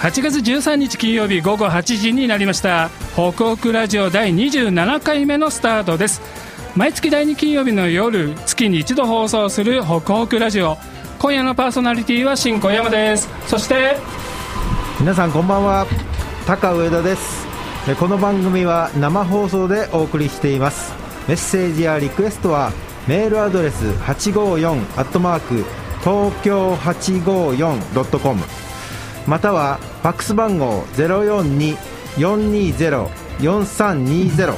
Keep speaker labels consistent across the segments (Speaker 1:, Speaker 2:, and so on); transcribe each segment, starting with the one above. Speaker 1: 8月13日金曜日午後8時になりました北北ラジオ第27回目のスタートです毎月第2金曜日の夜月に一度放送する北北ラジオ今夜のパーソナリティは新小山ですそして
Speaker 2: 皆さんこんばんは高上田ですえこの番組は生放送でお送りしていますメッセージやリクエストはメールアドレス854アットマーク東京 854.com またはファックス番号0424204320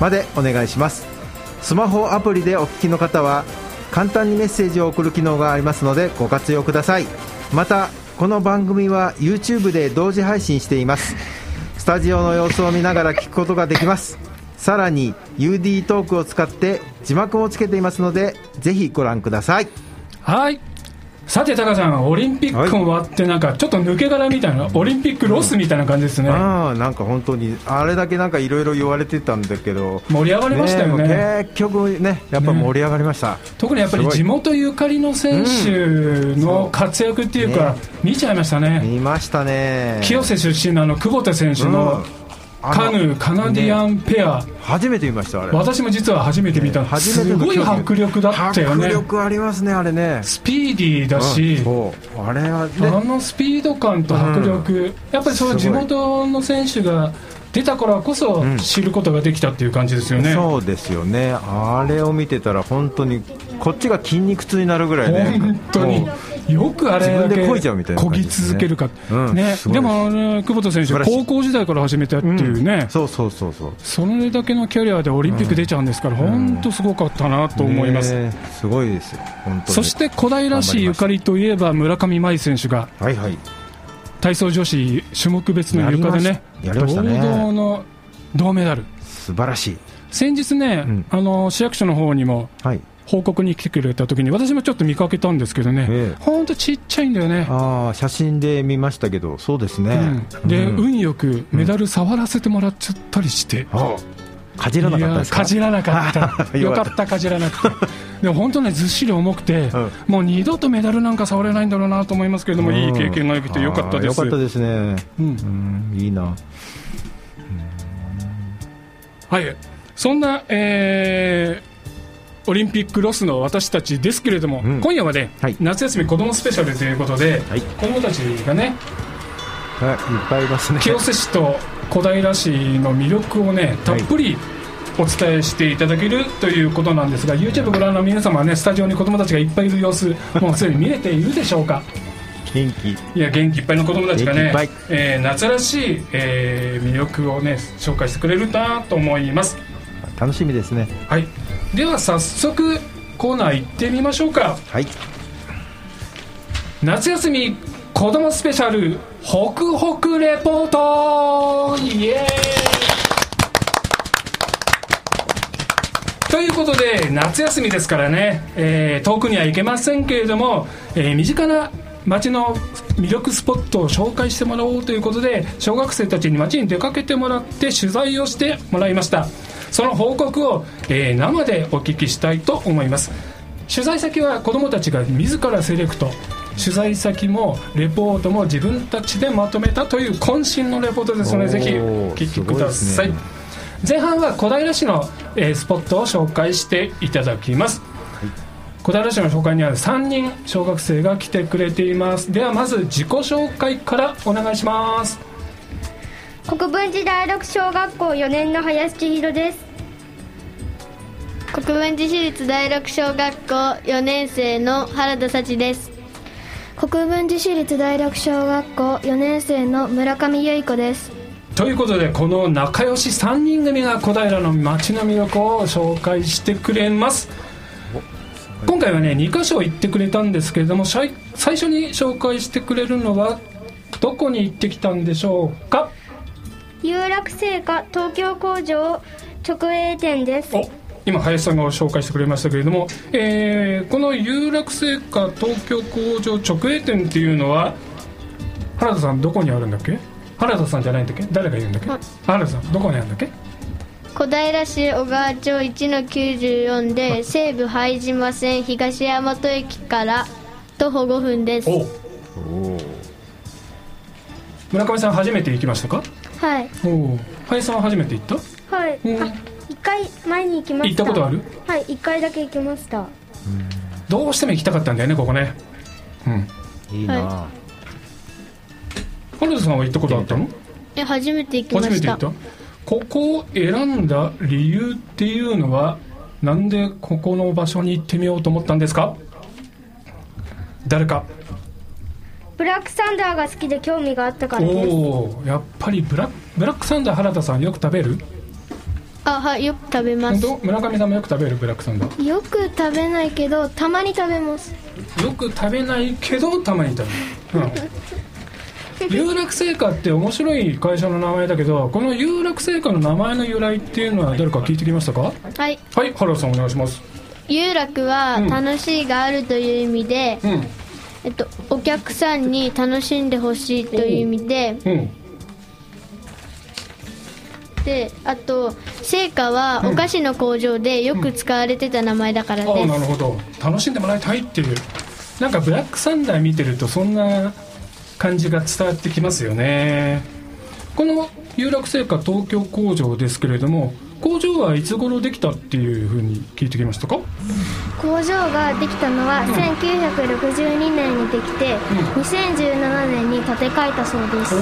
Speaker 2: までお願いしますスマホアプリでお聞きの方は簡単にメッセージを送る機能がありますのでご活用くださいまたこの番組は YouTube で同時配信していますスタジオの様子を見ながら聞くことができますさらに UD トークを使って字幕もつけていますのでぜひご覧ください
Speaker 1: はいさてタカさんオリンピック終わってなんかちょっと抜け殻みたいなオリンピックロスみたいな感じですね
Speaker 2: ああなんか本当にあれだけなんかいろいろ言われてたんだけど
Speaker 1: 盛り上がりましたよね
Speaker 2: え結局ねやっぱ盛り上がりました、
Speaker 1: 特にやっぱり
Speaker 2: すごい
Speaker 1: 地元ゆかりの選手の活躍っていうか
Speaker 2: うんそ
Speaker 1: 見ちゃいましたね
Speaker 2: 見ましたね
Speaker 1: 清瀬出身のあの久保田選手
Speaker 2: う
Speaker 1: の
Speaker 2: んあの
Speaker 1: カヌーカナディアンペア
Speaker 2: 初めて見ましたあれ
Speaker 1: 私も実は初めて見たんです
Speaker 2: 初め
Speaker 1: す
Speaker 2: ての
Speaker 1: ごい
Speaker 2: 競技
Speaker 1: 迫力だったよね
Speaker 2: 迫力ありますねあれね
Speaker 1: スピーディーだし
Speaker 2: うんそうあれはね
Speaker 1: あのスピード感と迫力、やっぱりその地元の選手が出たからこそ
Speaker 2: ん
Speaker 1: 知ることができたっていう感じですよね、
Speaker 2: そうですよねあれを見てたら本当にこっちが筋肉痛になるぐらいね
Speaker 1: 本当に
Speaker 2: もう
Speaker 1: よくあれだ
Speaker 2: 自
Speaker 1: け
Speaker 2: 分で漕いじゃうみたいな
Speaker 1: 漕
Speaker 2: 感じ
Speaker 1: ぎ
Speaker 2: ですね
Speaker 1: 続けるか、
Speaker 2: うん
Speaker 1: ね
Speaker 2: すごいです
Speaker 1: でもあの久保田選手
Speaker 2: 素晴らしい
Speaker 1: 高校時代から始めたっていうね、
Speaker 2: そうそうそうそう
Speaker 1: それだけのキャリアでオリンピック出ちゃうんですから、本当すごかったなと思います、
Speaker 2: ねすごいですよ本当に
Speaker 1: そして小平市ゆかりといえば村上茉愛選手が
Speaker 2: はいはい
Speaker 1: 体操女子種目別のゆかでね
Speaker 2: やりましたやりましたね
Speaker 1: 堂々の銅メダル
Speaker 2: 素晴らしい
Speaker 1: 先日ね、
Speaker 2: うん
Speaker 1: あの市役所の方にも
Speaker 2: はい
Speaker 1: 報告に来てくれた時に私もちょっと見かけたんですけどね、
Speaker 2: ええ
Speaker 1: ほんとちっちゃいんだよね、
Speaker 2: ああ写真で見ましたけどそうですね、
Speaker 1: うん、で、
Speaker 2: うん
Speaker 1: 運よくメダル触らせてもらっちゃったりして、
Speaker 2: ああかじらなかった
Speaker 1: い
Speaker 2: で
Speaker 1: や
Speaker 2: すか
Speaker 1: かじらな かった
Speaker 2: よ
Speaker 1: よ
Speaker 2: か
Speaker 1: か
Speaker 2: った
Speaker 1: ったかじらなくてでも本当ねずっしり重くて、
Speaker 2: うん
Speaker 1: もう二度とメダルなんか触れないんだろうなと思いますけれども、
Speaker 2: うん
Speaker 1: いい経験ができてよかったです
Speaker 2: ああよかったですね
Speaker 1: うん
Speaker 2: うんいいな
Speaker 1: はい、そんな、えーオリンピックロスの私たちですけれども、
Speaker 2: うん
Speaker 1: 今夜はね、
Speaker 2: はい
Speaker 1: 夏休み子どもスペシャルということで、
Speaker 2: はい
Speaker 1: 子どもたちがね
Speaker 2: はいいっぱいいますね
Speaker 1: 清瀬市と小平市の魅力をねたっぷりお伝えしていただけるということなんですが、YouTube ご覧の皆様はねスタジオに子どもたちがいっぱいいる様子もうすでに見れているでしょうか
Speaker 2: 元気
Speaker 1: いや元気いっぱいの子どもたちが
Speaker 2: 元気い
Speaker 1: ね
Speaker 2: っぱい、
Speaker 1: えー夏らしい、えー魅力をね紹介してくれるなと思います。
Speaker 2: 楽しみですね
Speaker 1: はい、では早速コーナー行ってみましょうか
Speaker 2: はい
Speaker 1: 夏休み子どもスペシャルホクホクレポートイエーイということで夏休みですからね、えー遠くには行けませんけれども、えー身近な街の魅力スポットを紹介してもらおうということで小学生たちに街に出かけてもらって取材をしてもらいましたその報告を、えー生でお聞きしたいと思います取材先は子どもたちが自らセレクト取材先もレポートも自分たちでまとめたという渾身のレポートですので
Speaker 2: おー
Speaker 1: ぜひお聞きください
Speaker 2: すごいですね
Speaker 1: 前半は小平市の、えースポットを紹介していただきます、小平市の紹介にある3人小学生が来てくれていますではまず自己紹介からお願いします
Speaker 3: 国分寺第六小学校4年の林千尋です
Speaker 4: 国分寺市立第六小学校4年生の原田幸です
Speaker 3: 国分寺市立第六小学校4年生の村上由衣子です
Speaker 1: ということでこの仲良し3人組が小平の街の魅力を紹介してくれます今回はね2箇所行ってくれたんですけれども最最初に紹介してくれるのはどこに行ってきたんでしょうか
Speaker 3: 有楽製菓東京工場直営店です
Speaker 1: お今林さんが紹介してくれましたけれども、えーこの有楽製菓東京工場直営店っていうのは原田さんどこにあるんだっけ原田さんじゃないんだっけ誰が言うんだっけ原田さんどこにあるんだっけ
Speaker 4: 小平市小川町1の94で西武拝島線東大和駅から徒歩5分です
Speaker 1: お
Speaker 2: おお
Speaker 1: 村上さん初めて行きましたか
Speaker 5: はい
Speaker 1: おお林さんは初めて行った
Speaker 5: はい
Speaker 1: うん
Speaker 5: あ一回前に行きま
Speaker 1: 行っ
Speaker 5: した
Speaker 1: たことある
Speaker 5: はい一回だけ行きました
Speaker 1: どうしても行きたかったんだよねここねうん
Speaker 2: いいな、
Speaker 1: 春田さんは行ったことあったの
Speaker 4: え初めて行きま
Speaker 1: 初め
Speaker 4: して
Speaker 1: 行
Speaker 4: た
Speaker 1: ったここを選んだ理由っていうのはなんでここの場所に行ってみようと思ったんですか誰か
Speaker 5: ブラックサンダーが好きで興味があったからです
Speaker 1: おおやっぱりブラブラックサンダー原田さんよく食べる
Speaker 4: あはいよく食べま
Speaker 1: 本
Speaker 4: す
Speaker 1: 当村上さんもよく食べるブラックサンダー
Speaker 3: よく食べないけどたまに食べます
Speaker 1: よく食べないけどたまに食べる、うん、有楽製菓って面白い会社の名前だけどこの有楽製菓の名前の由来っていうのは誰か聞いてきましたか
Speaker 4: はい
Speaker 1: はい原田さんお願いします
Speaker 4: 有楽は
Speaker 1: うん
Speaker 4: 楽しいがあるという意味で、
Speaker 1: うん
Speaker 4: えっと、お客さんに楽しんでほしいという意味で
Speaker 1: うん
Speaker 4: であと聖火はお菓子の工場でよく使われてた名前だから
Speaker 1: ああ
Speaker 4: で
Speaker 1: な
Speaker 4: す
Speaker 1: るほど楽しんでもらいたいっていうなんかブラックサンダー見てるとそんな感じが伝わってきますよねこの有楽製菓東京工場ですけれども工場はいつ頃できたっていうふうに聞いてきましたか
Speaker 3: 工場ができたのは1962年にできて2017年に建て替えたそうです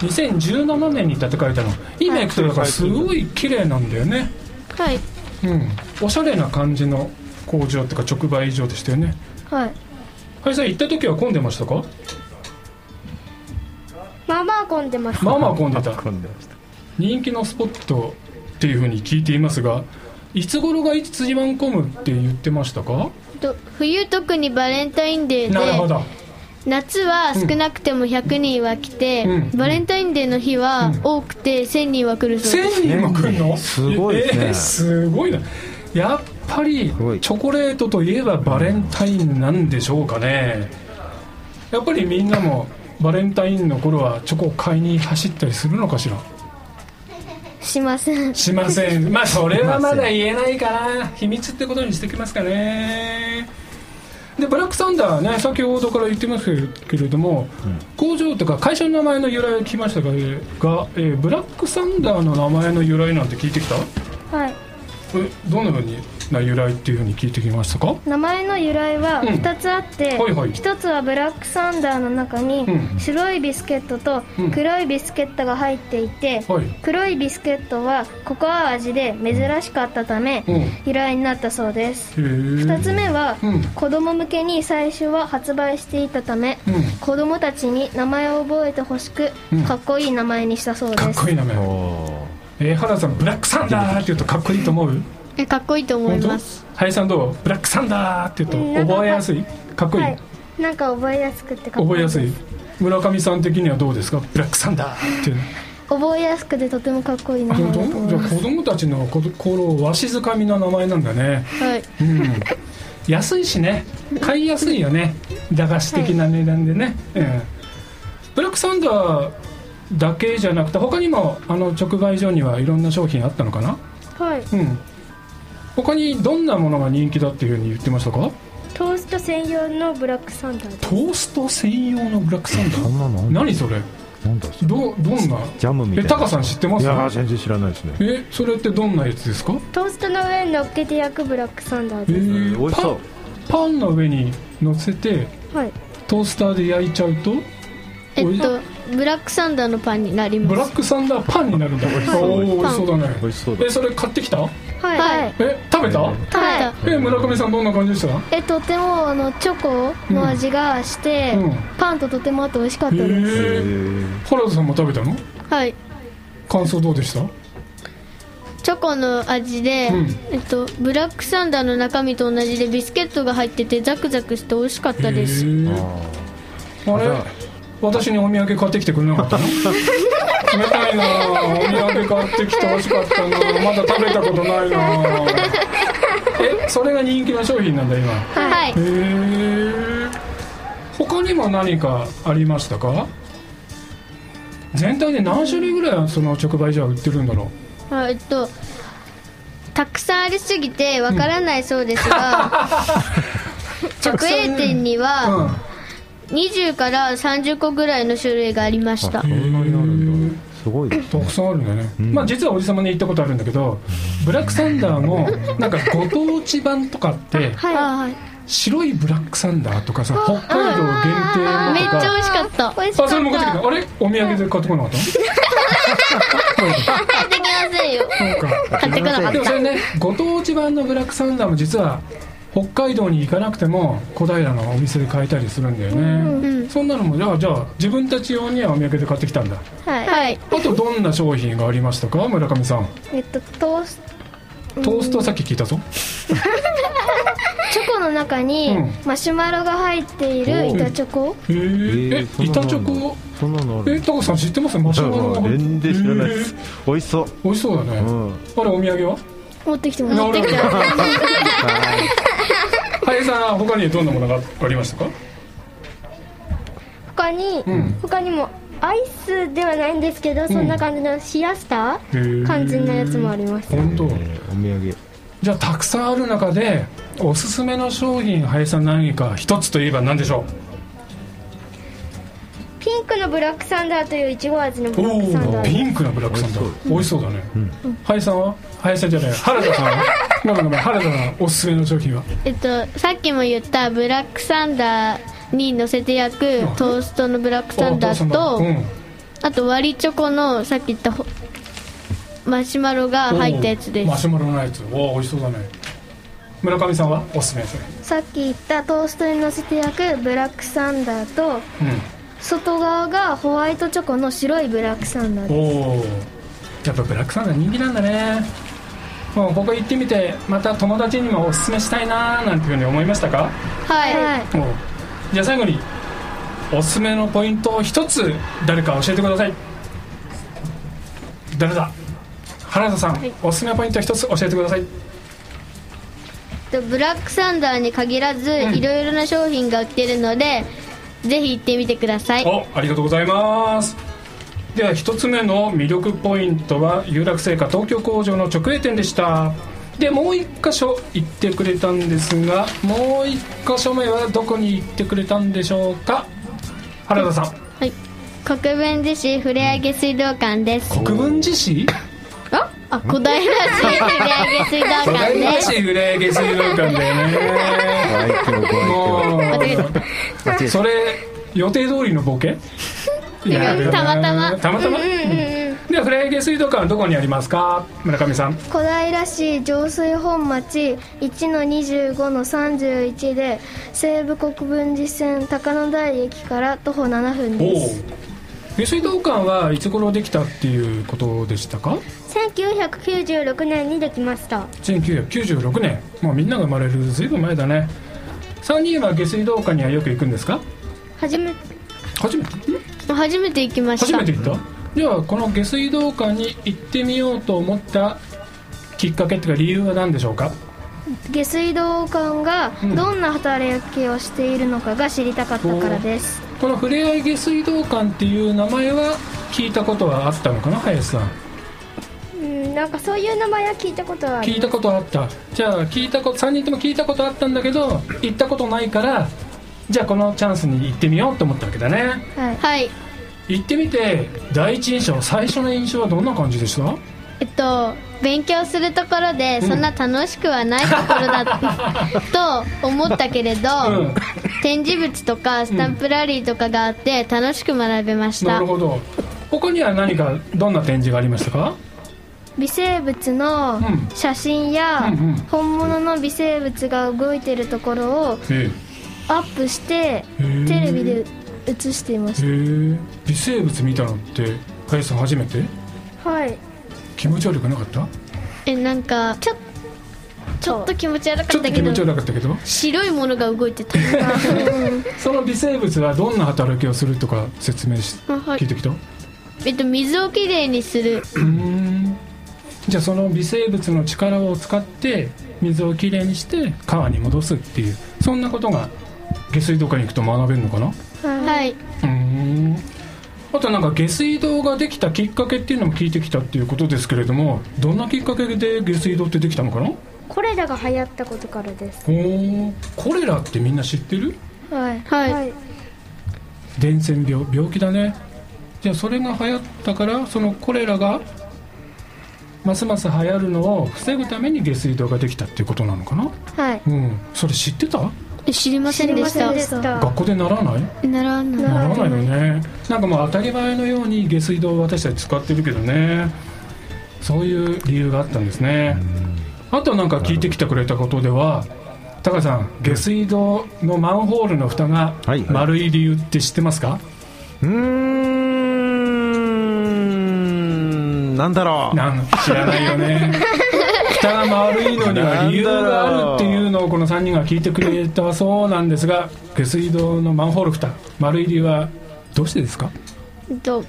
Speaker 1: 2017年に建て替えたの今行くとだからすごい綺麗なんだよね
Speaker 4: はい
Speaker 1: うんおしゃれな感じの工場っていうか直売所でしたよね
Speaker 3: はい
Speaker 1: 林さん行った時は混んでましたか
Speaker 5: まあまあ混んでます
Speaker 1: まあまあ混んでた
Speaker 2: 混んでました
Speaker 1: 人気のスポットっていうふうに聞いていますがいつ頃が一番混むって言ってましたか
Speaker 4: えっと冬特にバレンタインデ
Speaker 1: なるほ
Speaker 4: ーで
Speaker 1: ど
Speaker 4: 夏は少なくても100人は来て、
Speaker 1: うん
Speaker 4: バレンタインデーの日は多くて1000人は来るそうです
Speaker 1: 1000人も来るの
Speaker 2: すごいですね
Speaker 1: えーすごいなやっぱりチ
Speaker 2: ごい
Speaker 1: ョコレートといえばバレンタインなんでしょうかねやっぱりみんなもバレンタインの頃はチョコを買いに走ったりするのかしら
Speaker 3: しません
Speaker 1: しませ んまあそれはまだ言えないかな秘密ってことにしてきますかねでブラックサンダーね先ほどから言ってますけれども、工場とか会社の名前の由来を聞きましたが、えーがえーブラックサンダーの名前の由来なんて聞いてきた
Speaker 5: はい
Speaker 1: えどのような由来っていうふうに聞いてきましたか
Speaker 5: 名前の由来は
Speaker 1: うん
Speaker 5: 2つあって、
Speaker 1: はいはい
Speaker 5: 1つはブラックサンダーの中に
Speaker 1: うん
Speaker 5: 白いビスケットと
Speaker 1: うん
Speaker 5: 黒いビスケットが入っていて、
Speaker 1: はい
Speaker 5: 黒いビスケットはココア味で珍しかったため
Speaker 1: うんへ
Speaker 5: 由来になったそうです
Speaker 1: え
Speaker 5: 2つ目は
Speaker 1: うん
Speaker 5: 子供向けに最初は発売していたため
Speaker 1: うん
Speaker 5: 子供たちに名前を覚えてほしく
Speaker 1: うん
Speaker 5: かっこいい名前にしたそう
Speaker 1: か
Speaker 5: で
Speaker 1: っ
Speaker 5: す
Speaker 1: こいい名前、
Speaker 2: お
Speaker 1: えー、原田さんブラックサンダーって言うとかっこいいと思う
Speaker 4: えかっこいいと思い
Speaker 1: 本当
Speaker 4: ます
Speaker 1: 林さんどうブラックサンダーって
Speaker 5: うん
Speaker 1: 言
Speaker 5: な
Speaker 1: うんと
Speaker 5: か
Speaker 1: 覚えやすいかっこいい、
Speaker 5: はいなんか覚えやすくってかっこ
Speaker 1: 覚
Speaker 5: い
Speaker 1: え
Speaker 5: い
Speaker 1: や
Speaker 5: です
Speaker 1: い村上さん的にはどうですかブラックサンダーっていうの
Speaker 3: 覚えやすくてとてもかっこいい名前
Speaker 1: 本
Speaker 3: だ
Speaker 1: 当
Speaker 3: と思
Speaker 1: じ
Speaker 3: い
Speaker 1: ゃ
Speaker 3: ま
Speaker 1: あ
Speaker 3: す
Speaker 1: 子供たちの心をわしづかみの名前なんだね
Speaker 4: はい
Speaker 1: うん安いしね買いやすいよね駄菓子的な値段でね、うん、ブラックサンダーだけじゃなくて他にもあの直売所にはいろんな商品あったのかな
Speaker 5: はい
Speaker 1: うん他にどんなものが人気だっていうふうに言ってましたか
Speaker 5: トースト専用のブラックサンダーです
Speaker 1: トースト専用のブラックサンダ
Speaker 2: そ
Speaker 1: ー
Speaker 2: んなの
Speaker 1: 何それ
Speaker 2: なんだそれ
Speaker 1: どどんな
Speaker 2: ジャムみたい
Speaker 1: え
Speaker 2: な
Speaker 1: タカさん知ってま
Speaker 2: い
Speaker 1: す
Speaker 2: やー全然知らないですね
Speaker 1: えそれってどんなやつですか
Speaker 5: トーストの上に乗っけて焼くブラックサンダー
Speaker 1: え
Speaker 5: です、
Speaker 2: うん美味しそう
Speaker 1: パンパンの上に乗せて
Speaker 5: はい
Speaker 1: トースターで焼いちゃうと
Speaker 4: えっ
Speaker 1: お
Speaker 4: とブラックサンダーのパンになり
Speaker 1: ブ
Speaker 4: ま
Speaker 1: ラ
Speaker 4: す
Speaker 1: ックサンダーパンになるんだお
Speaker 2: そう
Speaker 1: おー美味しそうだね
Speaker 2: 美味しそうだ
Speaker 1: えそれ買ってきた
Speaker 5: はい
Speaker 4: はい
Speaker 5: はい
Speaker 1: え食べた、
Speaker 2: はい
Speaker 4: 食べた
Speaker 1: え村上さんどんな感じでした
Speaker 3: えとてもあのチョコの味がして、
Speaker 1: うん
Speaker 3: パンととてもあって美味しかったです、
Speaker 1: へえ原田さんも食べたの
Speaker 4: はい
Speaker 1: 感想どうでした
Speaker 4: チョコの味で、
Speaker 1: うん
Speaker 4: えっと、ブラックサンダーの中身と同じでビスケットが入っててザクザクして美味しかったです
Speaker 1: へーあれ私にお土産買ってきてくれなかった の冷たいなあお土産買ってきて欲しかったなあまだ食べたことないなあえそれが人気の商品なんだ今へ
Speaker 4: はい
Speaker 1: え他にも何かありましたか全体で何種類ぐらいその直売所は売ってるんだろ
Speaker 4: あえっとたくさんありすぎて わからないそうですが、直営店に
Speaker 1: う、うん
Speaker 4: は、
Speaker 3: 20から30個ぐらいの種類がありまし
Speaker 2: あ
Speaker 3: た
Speaker 2: そんなにあるんだすごいです
Speaker 1: たくさんあるんだね、まあ実はおじさまに行ったことあるんだけどブラックサンダーもなんかご当地版とかって
Speaker 3: はいはい
Speaker 1: 白いブラックサンダーとかさ北海道限定の
Speaker 3: めっ
Speaker 1: と
Speaker 3: ちゃ美
Speaker 1: か
Speaker 3: 味しかった
Speaker 5: 美味しか
Speaker 1: あ
Speaker 5: っ
Speaker 1: それも買ってき
Speaker 5: た
Speaker 1: たあれお土産で買ってこなかった
Speaker 3: 買ってきませんよ
Speaker 1: そうか
Speaker 3: 買ってこなかっ
Speaker 1: でもそ
Speaker 3: た
Speaker 1: れねご当地版のブラックサンダーも実は北海道に行かなくても小平のお店で買えたりするんだよね、そんなのもじゃあじゃあ自分たち用にはお土産で買ってきたんだ
Speaker 5: はい
Speaker 3: はい
Speaker 1: あとどんな商品がありましたか村上さん
Speaker 5: えっとトース
Speaker 1: トーストさっき聞いたぞ
Speaker 5: チョコの中に
Speaker 1: うん
Speaker 5: マシュマロが入っている板チョコ
Speaker 1: へー
Speaker 2: え
Speaker 1: え板チョコ
Speaker 2: そんなのある
Speaker 1: え
Speaker 2: んだ
Speaker 1: タコさん知ってますマシュマロが入って
Speaker 2: 全然知らないです
Speaker 1: へー
Speaker 2: 美味しそう
Speaker 1: 美味しそうだね、
Speaker 2: うん
Speaker 1: あれお土産は
Speaker 5: 持ってきてもら
Speaker 1: 持
Speaker 5: っ
Speaker 1: って
Speaker 5: た
Speaker 1: きた林さん他にどんなものがありましたか
Speaker 5: 他に、
Speaker 1: ん
Speaker 5: 他にもアイスではないんですけど、そんな感じの冷やした
Speaker 1: へー
Speaker 5: 感じのやつもあります
Speaker 1: 本当
Speaker 2: えーお土産
Speaker 1: じゃあたくさんある中でおすすめの商品林さん何か一つといえば何でしょ
Speaker 5: ピンクのブラックサンダーといういちご味の
Speaker 1: う
Speaker 5: ブラックサン
Speaker 1: お
Speaker 5: ダ
Speaker 1: お
Speaker 5: ー
Speaker 1: ピンクなブラックサンダー美味しそうだね、林さんは林さんじゃない原田さん はごめんごめん原田さんおすすめの商品は
Speaker 3: えっとさっきも言ったブラックサンダーに乗せて焼くトーストのブラックサンダー
Speaker 1: お父
Speaker 3: と
Speaker 1: さんだ
Speaker 3: あと割りチョコのさっき言ったほマシュマロが
Speaker 1: うん
Speaker 3: 入ったやつで
Speaker 1: おマ
Speaker 3: す
Speaker 1: シュマロのやつおお美味しそうだね村上さんはおすすめですね
Speaker 5: さっき言ったトーストにのせて焼くブラックサンダーと外側がホワイトチョコの白いブラックサンダー
Speaker 1: うん
Speaker 5: で
Speaker 1: おおやっぱブラックサンダー人気なんだねもうここ行ってみてまた友達にもおすすめしたいなーなんていうふうに思いましたか
Speaker 3: はい、
Speaker 5: はい
Speaker 1: もうじゃあ最後におすすめのポイントを一つ誰か教えてください誰だ原田さん、おすすめポイント一つ教えてください
Speaker 3: えっとブラックサンダーに限らずいろいろな商品が売ってるのでぜひ行ってみてください
Speaker 1: おありがとうございますでは一つ目の魅力ポイントは有楽製菓東京工場の直営店でしたでもう一箇所行ってくれたんですがもう一箇所目はどこに行ってくれたんでしょうか原田さん
Speaker 3: はい国分寺市ふれあげ水道館です
Speaker 1: 国分寺市
Speaker 3: ああ小平市ふれあげ水道
Speaker 1: 小
Speaker 3: 館
Speaker 1: 平
Speaker 3: です
Speaker 1: 市ぐらい下水道館だよね
Speaker 2: ご愛嬌ご愛
Speaker 1: も
Speaker 2: 嬌
Speaker 1: うそれ予定通りのボ ケ
Speaker 3: いやたまたま
Speaker 1: たまたまでフライゲ水道館はどこにありますか村上さん
Speaker 5: 小平市上水本町1の25の31で西武国分寺線高野台駅から徒歩7分です
Speaker 1: 下水道館はいつ頃できたっていうことでしたか
Speaker 5: 1996年にできました
Speaker 1: 1996年もうみんなが生まれるずいぶん前だね3人は下水道館にはよく行くんですか
Speaker 5: 初め
Speaker 1: 初めて
Speaker 3: 初めて行きまし
Speaker 1: 初
Speaker 3: た
Speaker 1: めて行ったではこの下水道館に行ってみようと思ったきっかけっていうか理由は何でしょうか
Speaker 5: 下水道管がどんな働きをしているのかが知りたかったからです、
Speaker 1: このふれあい下水道館っていう名前は聞いたことはあったのかな林さん
Speaker 5: うん、なんかそういう名前は聞いたことはあ
Speaker 1: 聞いたことあったじゃあ聞いたこと3人とも聞いたことあったんだけど行ったことないからじゃあこのチャンスに行ってみようと思ったわけだね
Speaker 5: はい、
Speaker 3: はい
Speaker 1: 行ってみて第一印象最初の印象はどんな感じでした
Speaker 3: えっと勉強するところでそんな楽しくはないところだった、と思ったけれど、
Speaker 1: うん
Speaker 3: 展示物とかスタンプラリーとかがあって楽しく学べました、
Speaker 1: なるほど他には何かどんな展示がありましたか
Speaker 5: 微生物の
Speaker 1: ん
Speaker 5: 写真や
Speaker 1: うんうん
Speaker 5: 本物の微生物が動いてるところを
Speaker 1: え
Speaker 5: アップして
Speaker 1: ー
Speaker 5: テレビで映していまし
Speaker 1: えへえ微生物見たのって林さん初めて
Speaker 5: たはい
Speaker 1: 気持ち悪くなかった
Speaker 3: えなんかちょちょっと気持ち悪
Speaker 1: ち
Speaker 3: か
Speaker 1: ょっ
Speaker 3: っ
Speaker 1: と
Speaker 3: た
Speaker 1: 気
Speaker 3: け
Speaker 1: 持ち
Speaker 3: ど
Speaker 1: 悪かったけど
Speaker 3: 白いものが動いてた
Speaker 1: その微生物はどんな働きをするとか説明し、
Speaker 3: あはい
Speaker 1: 聞いてきたう
Speaker 3: えっと水をきれいにする
Speaker 1: ーんじゃあその微生物の力を使って水をきれいにして川に戻すっていうそんなことが下水道下に行くと学べるのかなう
Speaker 5: はい
Speaker 3: はい
Speaker 1: ーんあとなんか下水道ができたきっかけっていうのも聞いてきたっていうことですけれどもどんなきっかけで下水道ってできたのかな
Speaker 5: コレラが流行ったことからです
Speaker 1: おーコレラってみんな知ってる
Speaker 5: はい
Speaker 3: はい
Speaker 5: い
Speaker 1: 伝染病病気だねじゃあそれが流行ったからそのコレラがますます流行るのを防ぐために下水道ができたっていうことなのかな
Speaker 5: はい
Speaker 1: うんそれ知ってた
Speaker 4: え知りませんでし
Speaker 5: 知りません
Speaker 4: た
Speaker 5: でした
Speaker 1: 学校で習わない
Speaker 4: ならない
Speaker 1: ならないよねなんかもう当たり前のように下水道を私たち使ってるけどねそういう理由があったんですねあとなんか聞いてきてくれたことでは高橋さん下水道のマンホールの蓋が
Speaker 2: はい
Speaker 1: 丸い理由って知ってますか、
Speaker 2: うーんなんだろう
Speaker 1: なん知らないよ ね蓋が丸いのには理由があるっていうのをこの3人が聞いてくれたそうなんですが下水道のマンホール蓋丸い理由はどうしてですか
Speaker 4: えっと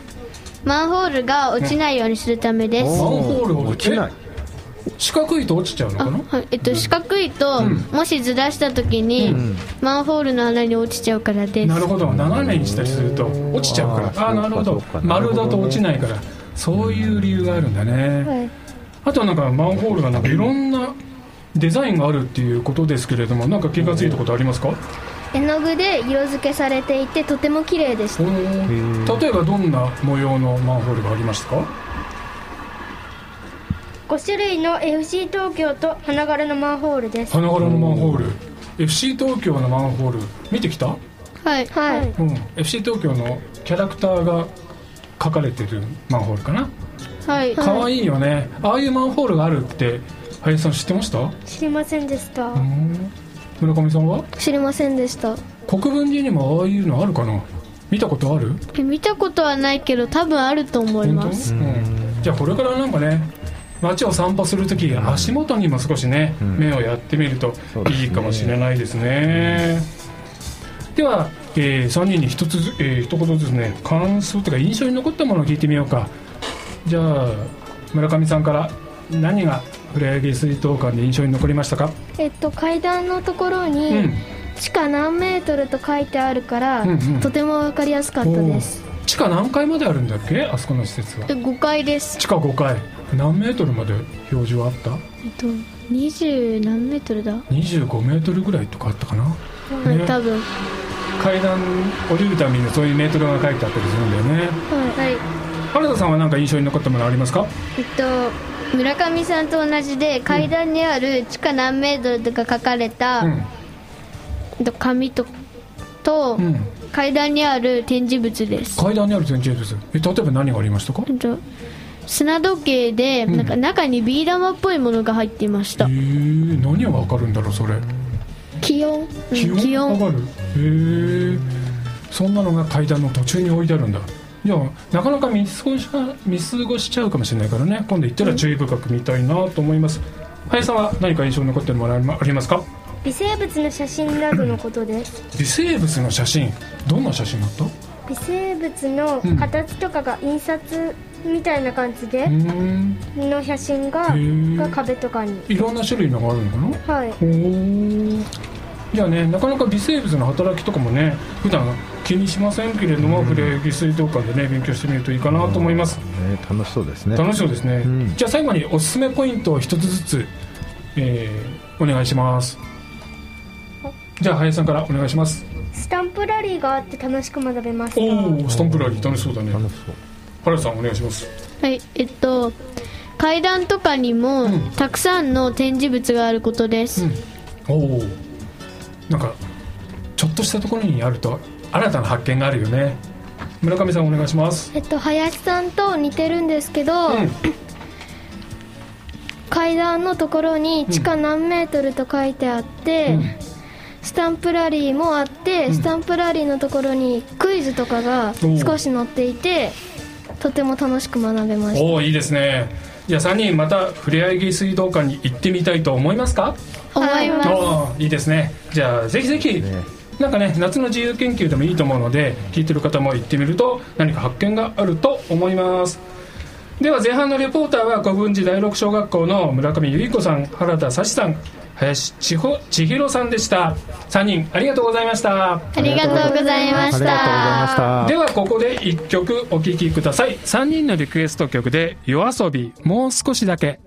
Speaker 4: マンホールが落ちないようにするためです、
Speaker 1: マンホールを
Speaker 2: 落ちない
Speaker 1: 四角いと落ちちゃうの
Speaker 4: あ
Speaker 1: かな
Speaker 4: はいえっと、四角いと、もしずらした時に、マンホールの穴に落ちちゃうからです
Speaker 1: なるほど斜めにしたりすると落ちちゃうから
Speaker 2: あー
Speaker 1: ああーなるほ
Speaker 2: そう
Speaker 1: ど
Speaker 2: かそうか
Speaker 1: 丸だと落ちないからそういう理由があるんだね、
Speaker 5: はい
Speaker 1: あとはなんかマンホールがなんかいろんなデザインがあるっていうことですけれどもなんか気が付いたことありますかお
Speaker 5: 絵の具で色付けされていてとても綺麗でした
Speaker 1: ー例えばどんな模様のマンホールがありましたか
Speaker 5: 5種類の FC 東京と花柄のマンホールです
Speaker 1: 花柄のマンホール FC 東京のマンホール見てきた、
Speaker 4: はい
Speaker 5: はい、
Speaker 1: うん、FC 東京のキャラクターが描かれてるマンホールかな
Speaker 4: はい
Speaker 1: 可愛いよねああいうマンホールがあるって林さん知ってました
Speaker 5: 知りませんでした
Speaker 1: うん村上さんは
Speaker 5: 知りませんでした
Speaker 1: 国分寺にもああいうのあるかな見たことある
Speaker 4: え見たことはないけど多分あると思い
Speaker 1: 本当
Speaker 4: ます
Speaker 1: うんじゃあこれからなんかね街を散歩するとき足元にも少しね、目をやってみると
Speaker 2: そうですね
Speaker 1: いいかもしれないですねでは、え3人に一つず、えー一言ずつね感想というか印象に残ったものを聞いてみようかじゃあ村上さんから何がふれあい下水道館で印象に残りましたか、
Speaker 5: えっと階段のところ
Speaker 1: う
Speaker 5: に
Speaker 1: ん
Speaker 5: 地下何メートルと書いてあるから、
Speaker 1: うんうん
Speaker 5: とても分かりやすかったです
Speaker 1: おー地下何階まであるんだっけあそこの施設は
Speaker 4: で5階です
Speaker 1: 地下5階何メートルまで表示はあった
Speaker 4: えっと20何メートルだ、
Speaker 1: 25メートルぐらいとかあったかな、
Speaker 4: はい
Speaker 1: ね
Speaker 4: 多分
Speaker 1: 階段降りるたびにそういうメートルが書いてあったりするんだよね
Speaker 4: はい
Speaker 1: 原田さんは何か印象に残ったものありますか
Speaker 4: えっと村上さんと同じで階段にある地下何メートルとか書かれた、
Speaker 1: うん
Speaker 4: えっと紙とと、
Speaker 1: うん
Speaker 4: 階段にある展示物です、
Speaker 1: 階段にある展示物え例えば何がありましたか
Speaker 4: えっと砂時計でなんか中にビー玉っぽいものが入っていまし
Speaker 1: え
Speaker 4: た、
Speaker 1: ー、何がわかるんだろうそれ
Speaker 5: 気温
Speaker 1: 気温
Speaker 4: 気温
Speaker 1: がわかるえー、そんなのが階段の途中に置いてあるんだじゃあなかなか見過ごしか見過ごしちゃうかもしれないからね今度行ったら注意深く見たいなと思います、林さんは何か印象に残ってるものありまありますか
Speaker 5: 微生物の写真などのことです
Speaker 1: 微生物の写真どんな写真だったう
Speaker 5: 微生物の形とかが印刷みたいな感じで
Speaker 1: ーん
Speaker 5: の写真が
Speaker 1: へー
Speaker 5: が壁とかに
Speaker 1: いろんな種類のがあるのかな
Speaker 5: はい
Speaker 1: おーじゃあねなかなか微生物の働きとかもね普段気にしませんけれども、フレーギ水道館でね勉強してみるといいかなと思います、
Speaker 2: ね楽しそうですね
Speaker 1: 楽しそうですね、
Speaker 2: ん
Speaker 1: じゃあ最後におすすめポイントを一つずつ、えーお願いしますじゃあ林さんからお願いします
Speaker 5: スタンプラリーがあって楽しく学べました
Speaker 1: おおスタンプラリー楽しそうだね
Speaker 2: 楽しそう
Speaker 1: 原田さんお願いします
Speaker 4: はいえっと階段とかにも、
Speaker 1: ん
Speaker 4: たくさんの展示物があることです、
Speaker 1: おおなんかちょっとしたところにあると新たな発見があるよね村上さんお願いします
Speaker 5: えっと林さんと似てるんですけど、
Speaker 1: うん
Speaker 5: 階段のところに地下何メートルと書いてあって、
Speaker 1: うん
Speaker 5: スタンプラリーもあって、スタンプラリーのところにクイズとかが少し載っていてとても楽しく学べまし
Speaker 1: おおいいですねじゃあ3人またふれあい下水道館に行ってみたいと思いますか
Speaker 4: 思います、
Speaker 1: おーいいですねじゃあぜひぜひ、なんかね夏の自由研究でもいいと思うので聞いてる方も行ってみると何か発見があると思いますでは前半のレポーターは古分寺第六小学校の村上由衣子さん原田幸さん林千穂千尋さんでした3人ありがとうございました
Speaker 4: ありがとうございま
Speaker 2: ありがとうご
Speaker 4: し
Speaker 2: ざいましたた
Speaker 1: ではここで1曲お聴きください3人のリクエスト曲で「夜遊びもう少しだけ」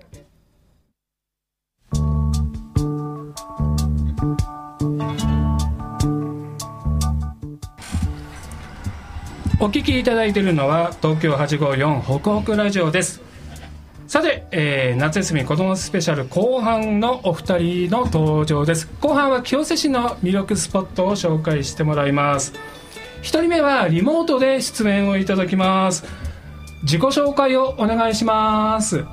Speaker 1: お聞きいただいているのは東京854ホクホクラジオですさて、えー夏休み子どもスペシャル後半のお二人の登場です後半は清瀬市の魅力スポットを紹介してもらいます一人目はリモートで出演をいただきます自己紹介をお願いします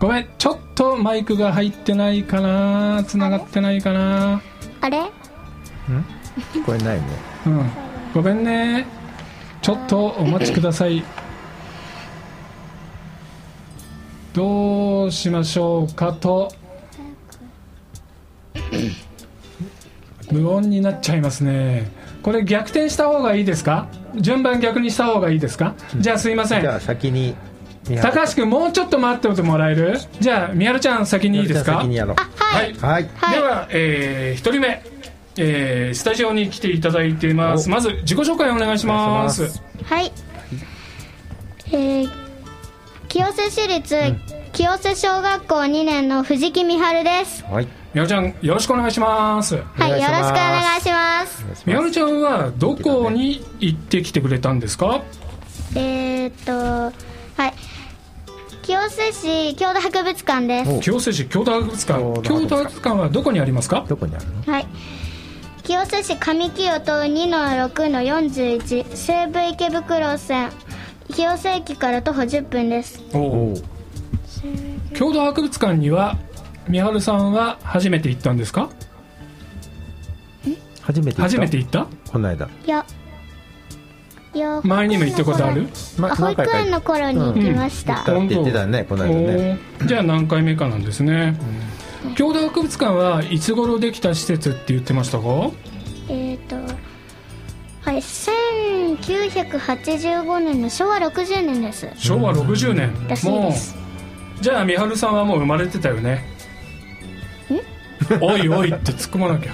Speaker 1: ごめんちょっとマイクが入ってないかなつながってないかな
Speaker 5: あれ
Speaker 2: これないね
Speaker 1: うんごめんねちょっとお待ちくださいどうしましょうかと無音になっちゃいますねこれ逆転した方がいいですか順番逆にした方がいいですかじゃあすいません
Speaker 2: じゃあ先に見張る
Speaker 1: 高橋君もうちょっと待っておいてもらえるじゃあみはるちゃん先にいいですか
Speaker 2: 先にやろう
Speaker 1: はい
Speaker 2: はい
Speaker 1: では、え1人目、えースタジオに来ていただいています
Speaker 2: お
Speaker 1: まず自己紹介お願いします
Speaker 2: お願いし
Speaker 5: はい。えー、清瀬市立、清瀬小学校2年の藤木美春です。
Speaker 2: はい
Speaker 1: みはるちゃんよろしくお願いします
Speaker 5: はい、よろしくお願い
Speaker 2: し
Speaker 5: します。
Speaker 2: ます
Speaker 1: みはるちゃんはどこに行ってきてくれたんですか
Speaker 5: えー、っと、はい。清瀬市郷土博物館です。
Speaker 2: お
Speaker 1: 清瀬市京都博物館
Speaker 2: 京
Speaker 1: 京都
Speaker 2: 都博物館
Speaker 1: 博物館はどこにありますか
Speaker 2: どこにあるの
Speaker 5: はい。清瀬市上清と2の6の41西武池袋線清瀬駅から徒歩10分です
Speaker 1: おう京都博物館にはみはるさんは初めて行ったんですか
Speaker 2: 初めて行った
Speaker 1: 初めて行った
Speaker 2: この間
Speaker 5: いやいや
Speaker 1: 前にも行ったことある
Speaker 2: ま
Speaker 5: あ保
Speaker 2: 何回
Speaker 5: 育
Speaker 2: か
Speaker 5: 園の頃に行きまし
Speaker 2: だ
Speaker 5: た、
Speaker 2: って言ってたねこの間ね
Speaker 1: おーじゃあ何回目かなんですね、郷土博物館はいつ頃できた施設って言ってましたか
Speaker 5: えっ、ー、とはい1985年の昭和60年です
Speaker 1: 昭和60年、
Speaker 5: らしい
Speaker 1: も
Speaker 5: です
Speaker 1: うじゃあ美晴さんはもう生まれてたよねおいおいって突っ込まなきゃ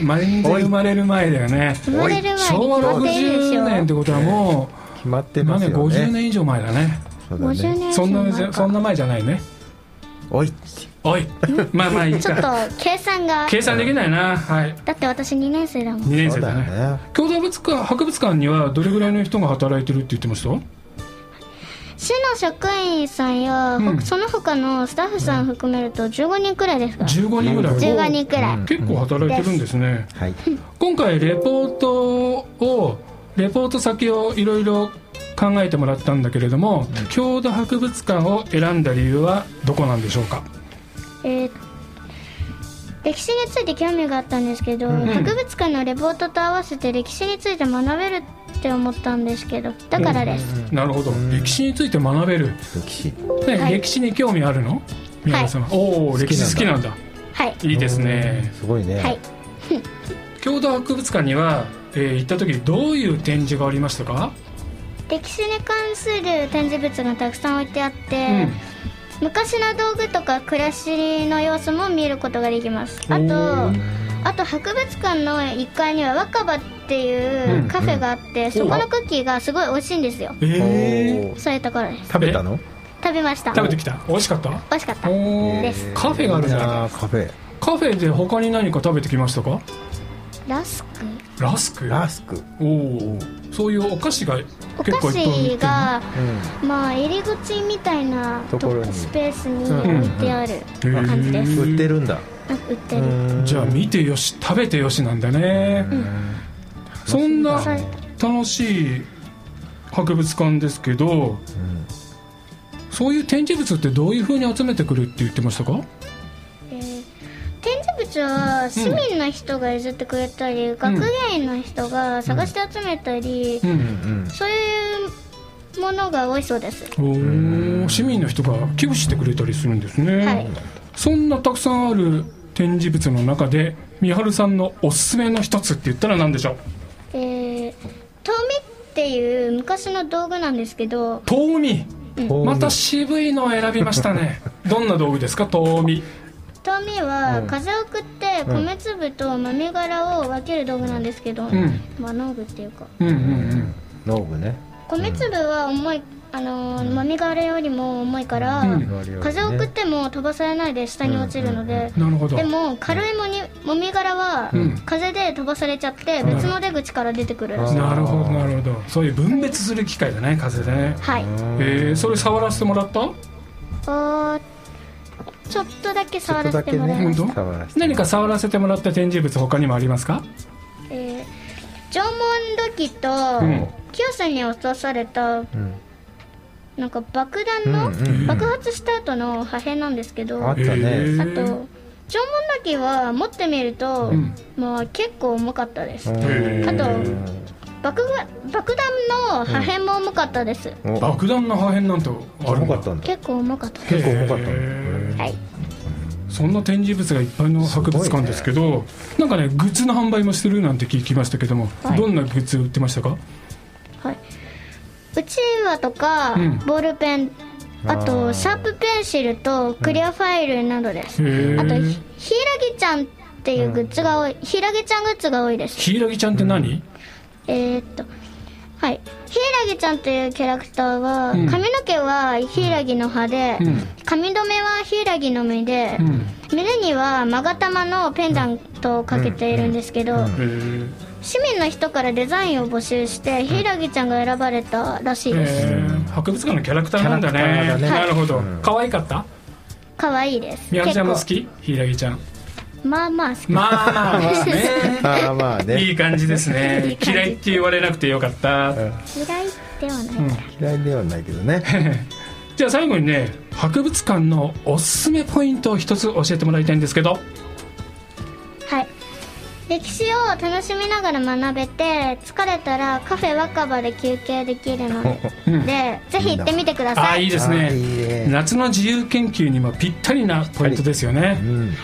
Speaker 1: 全然生まれる前だよね
Speaker 5: 生まれる前に
Speaker 1: 昭和
Speaker 5: 決まってるでしょ
Speaker 1: 60年ってことはも
Speaker 2: 決まって
Speaker 1: う、まあ
Speaker 2: ます
Speaker 1: ね、
Speaker 2: よね
Speaker 1: 50年以上前だね
Speaker 2: そうだね
Speaker 5: 50年以
Speaker 1: そ
Speaker 5: 上
Speaker 1: んな
Speaker 5: 前
Speaker 1: じゃ
Speaker 5: か
Speaker 1: そんな前じゃないね
Speaker 2: おいって
Speaker 1: おいまあまあいい
Speaker 5: ちょっと
Speaker 1: か
Speaker 5: 計算が
Speaker 1: 計算できないなはい
Speaker 5: だって私2年生だもん
Speaker 1: 2年
Speaker 2: そ
Speaker 1: 生
Speaker 2: うだ
Speaker 1: だ
Speaker 2: よ
Speaker 1: ね
Speaker 2: ね
Speaker 1: 京都博物館博物館にはどれぐらいの人が働いてるって言ってました
Speaker 5: 市の職員さんや、
Speaker 1: うん
Speaker 5: その他のスタッフさん含めると15人くらいですか
Speaker 1: 15人ぐらい
Speaker 5: 15人くらい、
Speaker 1: 結構働いてるんですね
Speaker 2: はい
Speaker 1: 今回レポートをレポート先をいろいろ考えてもらったんだけれども郷土博物館を選んだ理由はどこなんでしょうか
Speaker 5: えー歴史について興味があったんですけど、博物館のレポートと合わせて歴史について学べるって思ったんですけどだからです、
Speaker 1: なるほど歴史について学べる、
Speaker 2: 歴史
Speaker 1: ね
Speaker 5: はい
Speaker 1: 歴史に興味あるの宮本さんはおお歴史好きなんだ
Speaker 5: はい
Speaker 1: いいですね
Speaker 2: すごいね
Speaker 5: はい
Speaker 1: 郷土博物館には、えー行った時どういう展示がありましたか、
Speaker 5: 歴史に関する展示物がたくさん置いてあっ
Speaker 1: う
Speaker 5: て、
Speaker 1: ん
Speaker 5: 昔の道具とか暮らしの様子も見ることができますあ
Speaker 1: お
Speaker 5: と
Speaker 1: ー
Speaker 5: あと博物館の1階には若葉っていうカフェがあって、そこのクッキーがすごい美味しいんですよ
Speaker 1: えー
Speaker 2: おー
Speaker 5: そういうところです
Speaker 2: 食べたの
Speaker 5: 食べました
Speaker 1: 食べ
Speaker 5: 美
Speaker 1: てきた美味しかった
Speaker 5: 味しかった
Speaker 1: おー
Speaker 5: です
Speaker 1: カフェがあるじゃない
Speaker 2: あーカフェ
Speaker 1: カフェで他に何か食べてきましたか
Speaker 5: ラスク
Speaker 1: ラスク
Speaker 2: ラスクうん
Speaker 1: おおそういうお菓子が
Speaker 5: お
Speaker 1: 結構
Speaker 5: 菓
Speaker 1: いっぱい売って
Speaker 5: 子
Speaker 1: るの
Speaker 5: がまあ入り口みたいな
Speaker 2: ところに
Speaker 5: スペースに置いてある
Speaker 1: うん
Speaker 5: 感じです、
Speaker 2: 売ってるんだ
Speaker 5: あ売って
Speaker 2: う
Speaker 5: る、
Speaker 2: ーん
Speaker 1: じゃあ見てよし食べてよしなんだね、そんな
Speaker 5: そう
Speaker 1: 楽しい博物館ですけど、そういう展示物ってどういうふうに集めてくるって言ってましたか
Speaker 5: えー展示物は市民の人が譲ってくれたり、学芸員の人が探して集めたり、
Speaker 1: うん
Speaker 2: うん
Speaker 5: そういうものが多いそうです、
Speaker 1: おお市民の人が寄付してくれたりするんですね、
Speaker 5: はい
Speaker 1: そんなたくさんある展示物の中で三春さんのおすすめの一つって言ったら何でしょう
Speaker 5: えー、遠見っていう昔の道具なんですけど
Speaker 1: 遠見
Speaker 2: うん
Speaker 1: また渋いのを選びましたね どんな道具ですか遠見
Speaker 5: 遠見は風を送って米粒と豆殻を分ける道具なんですけど、
Speaker 1: ん
Speaker 5: まあ農具っていうか
Speaker 1: うんうんうん
Speaker 2: 農具ね
Speaker 5: 米粒は重いあのー豆柄よりも重いから、
Speaker 1: うん
Speaker 5: 風を送っても飛ばされないで下に落ちるので、
Speaker 1: なるほど
Speaker 5: でも軽いもにもみ殻は、
Speaker 1: うん
Speaker 5: 風で飛ばされちゃって別の出口から出てくるらしい、
Speaker 1: なるほどなるほどそういう分別する機会だね風でね
Speaker 5: はい
Speaker 1: えー、それ触らせてもらった
Speaker 5: あーちょっとだけ
Speaker 2: ちょ
Speaker 5: 触
Speaker 2: っと
Speaker 5: ら
Speaker 2: だ
Speaker 5: せ
Speaker 2: け
Speaker 5: てもらい
Speaker 1: 本
Speaker 5: ま
Speaker 1: 当
Speaker 2: ね
Speaker 5: す、
Speaker 2: 触らせて
Speaker 1: 何か触らせてもらった展示物他にもありますか
Speaker 5: えー縄文土器と、
Speaker 1: うん
Speaker 5: 清瀬に落とされた
Speaker 2: うん
Speaker 5: なんか爆弾
Speaker 2: うん
Speaker 5: の、
Speaker 2: うん
Speaker 5: 爆発した後の破片なんですけど、
Speaker 2: あ
Speaker 5: あ
Speaker 2: ったね
Speaker 5: と縄文土器は持ってみると、
Speaker 1: うん
Speaker 5: まあ結構重かったです、
Speaker 1: へ
Speaker 5: あと
Speaker 1: ー
Speaker 5: 爆が爆弾の破片も重かったです、
Speaker 2: お
Speaker 1: 爆弾の破片なんてある
Speaker 2: 重
Speaker 1: ん
Speaker 2: か
Speaker 1: だ
Speaker 2: ったんだ
Speaker 5: 結構重かったです
Speaker 2: 結構重かったんだ
Speaker 1: へ
Speaker 5: はい
Speaker 1: ーそんな展示物がいっぱいの博物館ですけどなんかねグッズの販売もしてるなんて聞きましたけども、
Speaker 5: はい
Speaker 1: どんなグッズ売ってましたか
Speaker 5: はいうちわとか、
Speaker 1: うん
Speaker 5: ボールペンあ
Speaker 2: あー
Speaker 5: とシャープペンシルとクリアファイルなどです、
Speaker 1: へー
Speaker 5: あとひひいらぎちゃんっていうグッズが多い、ひいらぎちゃんグッズが多いです
Speaker 1: ヒイラギちゃんって何、
Speaker 5: えーっとはい柊ちゃんというキャラクターは、
Speaker 1: うん
Speaker 5: 髪の毛は柊の葉で、
Speaker 1: うん
Speaker 5: 髪留めは柊の目で、
Speaker 1: うん
Speaker 5: 胸には勾玉のペンダントをかけているんですけど、
Speaker 1: へー
Speaker 5: 市民の人からデザインを募集して柊ちゃんが選ばれたらしいです
Speaker 1: えー博物館のキャラクターなんだね
Speaker 2: キャラクターだね
Speaker 1: なるほど、
Speaker 2: うん
Speaker 1: 可愛かった
Speaker 5: 可愛いです
Speaker 1: みやんちゃんも好
Speaker 5: 結
Speaker 1: きヒイラギちゃん
Speaker 5: 構まあまあ好き、
Speaker 1: まあまあまあね
Speaker 2: ああまあね
Speaker 1: いい感じですね嫌いって言われなくてよかった
Speaker 5: 嫌いではない、
Speaker 2: 嫌いではないけどね
Speaker 1: じゃあ最後にね博物館のおすすめポイントを一つ教えてもらいたいんですけど
Speaker 5: はい歴史を楽しみながら学べて疲れたらカフェ若葉で休憩できるので
Speaker 1: うん
Speaker 5: で、ぜひ行ってみてくだ
Speaker 1: あ
Speaker 5: さ
Speaker 1: あ
Speaker 5: い。
Speaker 1: いいです
Speaker 2: あー
Speaker 1: ね
Speaker 2: いいね
Speaker 1: 夏の自由研究にもぴったりなポイントですよね、
Speaker 2: うん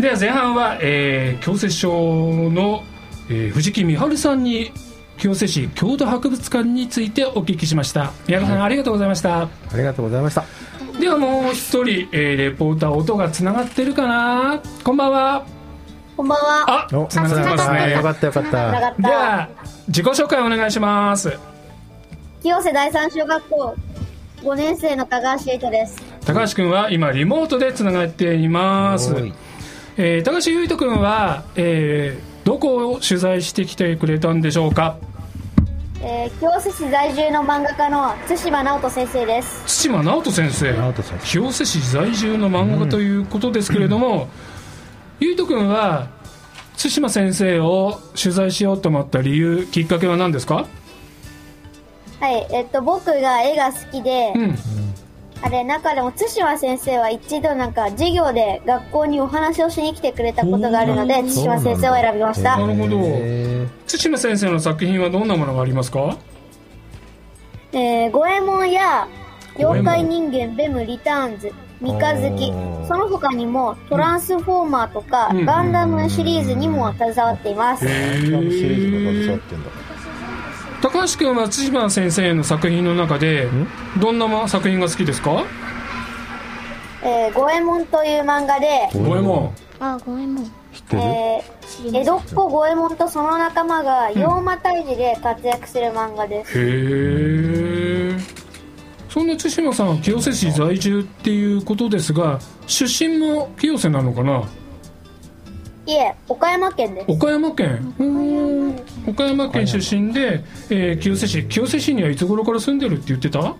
Speaker 1: では前半は、えー、強制症の、えー藤木美春さんに強制市郷土博物館についてお聞きしました宮川さん、ありがとうございました
Speaker 2: ありがとうございました
Speaker 1: ではもう一人、えーレポーター音がつながってるかなこんばんは
Speaker 4: こんばんは。
Speaker 1: あ
Speaker 2: お
Speaker 1: つながってますね
Speaker 2: よかったよかった
Speaker 1: では自己紹介お願いします
Speaker 4: 清瀬第三小学校5年生の高橋優斗です。
Speaker 1: 高橋君は今リモートでつながっています
Speaker 2: おい
Speaker 1: えー高橋優斗君は、えーどこを取材してきてくれたんでしょうか
Speaker 4: えー、清瀬市在住の漫画家の津島直人先生です。
Speaker 1: 対馬直人先生
Speaker 2: 直人先生
Speaker 1: 清瀬市在住の漫画家ということですけれども、優斗君は対馬先生を取材しようと思った理由きっかけは何ですか、
Speaker 4: はい、えっと、僕が絵が好きで、
Speaker 1: うん、
Speaker 4: あれ、中でも津島先生は一度なんか授業で学校にお話をしに来てくれたことがあるので、津島先生を選びました。
Speaker 1: なるほど
Speaker 2: へー
Speaker 1: 対馬先生の作品はどんなものがありますか
Speaker 4: えー、五右衛門や、
Speaker 1: 右衛
Speaker 4: 妖
Speaker 1: 門
Speaker 4: 怪人間ベムリターンズ、三日月
Speaker 2: おー、
Speaker 4: その他にもトランスフォーマーとか、
Speaker 1: うん
Speaker 4: ガンダムシリーズにも携わっています。
Speaker 2: シリーズが携わってんだ
Speaker 1: 高橋君は対馬先生の作品の中でどんなま作品が好きですか
Speaker 4: えー、五右衛門という漫画で、
Speaker 1: 五右衛門
Speaker 5: あごめんもう
Speaker 2: 知ってる
Speaker 4: えー、江戸っ子五右衛門とその仲間が妖魔退治で活躍する漫画です。
Speaker 1: へえそんな対馬さんは清瀬市在住っていうことですが出身も清瀬なのかない
Speaker 4: え、岡山県です。
Speaker 1: 岡山県うん岡山県出身で、えー清瀬市清瀬市にはいつ頃から住んでるって言ってた、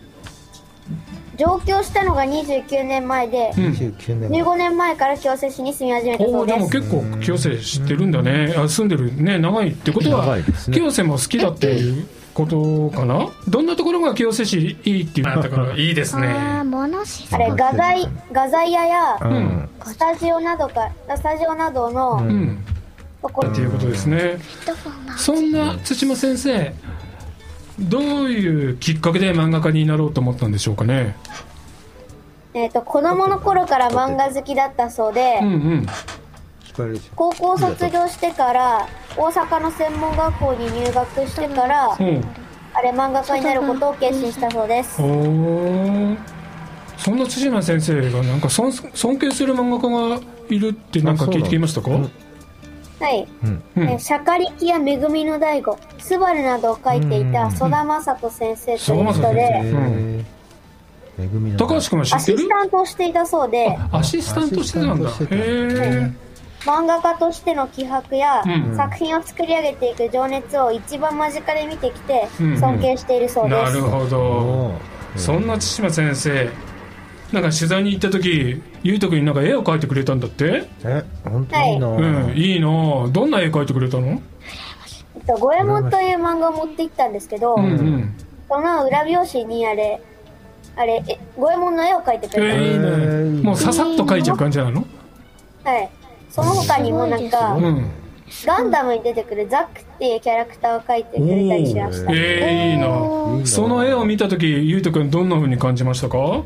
Speaker 4: 上京したのが29年前で、
Speaker 1: うん、
Speaker 2: 29年前
Speaker 4: 15年前から京瀬市に住み始めた
Speaker 1: お
Speaker 4: そ
Speaker 1: お
Speaker 4: う
Speaker 1: で
Speaker 4: で
Speaker 1: も
Speaker 4: す。
Speaker 1: 結構清瀬知ってるんだねあ住んでるね長いってことは、
Speaker 2: 長いですね
Speaker 1: 清瀬も好きだっていうことかなどんなところが清瀬市いいっていうのあったからいいです
Speaker 5: あ
Speaker 1: ね
Speaker 5: あ物静
Speaker 4: あれ、画材、画材屋や、
Speaker 2: うん
Speaker 4: スタジオなどか、スタジオなどの
Speaker 1: うん
Speaker 4: ところ
Speaker 1: っていうことですね
Speaker 5: とフォンが
Speaker 1: そんな対馬先生どういうきっかけで漫画家になろうと思ったんでしょうかね
Speaker 4: えっ、と、子供の頃から漫画好きだったそうで、
Speaker 1: うんうん
Speaker 2: 聞こえるでし
Speaker 4: 高校卒業してから、大阪の専門学校に入学してから、
Speaker 1: うん
Speaker 4: あれ、漫画家になることを決心したそうです。
Speaker 1: おーそんな対馬先生がなんか尊尊敬する漫画家がいるってなんか聞いてきましたか
Speaker 2: あそうなん
Speaker 4: はい。
Speaker 2: うん
Speaker 1: うん
Speaker 4: えシャカリキや恵みの大悟、スバルなどを書いていた曽田正人先生という人
Speaker 1: うん
Speaker 2: へ
Speaker 1: う
Speaker 4: で、
Speaker 2: ーめぐみの
Speaker 1: 高橋君は知
Speaker 4: ア
Speaker 1: って
Speaker 4: シ
Speaker 1: る
Speaker 4: スタントをしていたそうで、
Speaker 1: アシスタントしてたんだ
Speaker 2: アシスタントしてた
Speaker 1: へ
Speaker 4: 漫画家としての気迫や、
Speaker 1: うん
Speaker 4: 作品を作り上げていく情熱を一番間近で見てきて、
Speaker 1: うん
Speaker 4: 尊敬しているそ
Speaker 1: え
Speaker 4: うで
Speaker 1: な
Speaker 4: す。
Speaker 1: るほどそんな千島先生なんか取材に行った時ゆうとくんになんか絵を描いてくれたんだって
Speaker 2: え本当にいいな、
Speaker 1: うんいいなあどんな絵描いてくれたの
Speaker 4: えっと、五右衛門という漫画を持って行ったんですけど、
Speaker 1: うんうん
Speaker 4: その裏表紙にあれ、あれ、え五右衛門の絵を描いてく
Speaker 1: え
Speaker 4: れ
Speaker 1: ーいい
Speaker 2: え
Speaker 1: ね
Speaker 2: ー
Speaker 1: もうささっと描いちゃう感じなの
Speaker 4: た。はい。その他にもなんか
Speaker 1: う、ん
Speaker 4: ガンダムに出てくるザックっていうキャラクターを描いてくれたりしました。
Speaker 1: えーいいな
Speaker 2: うん
Speaker 1: その絵を見た時ゆうとくんどんな風に感じましたか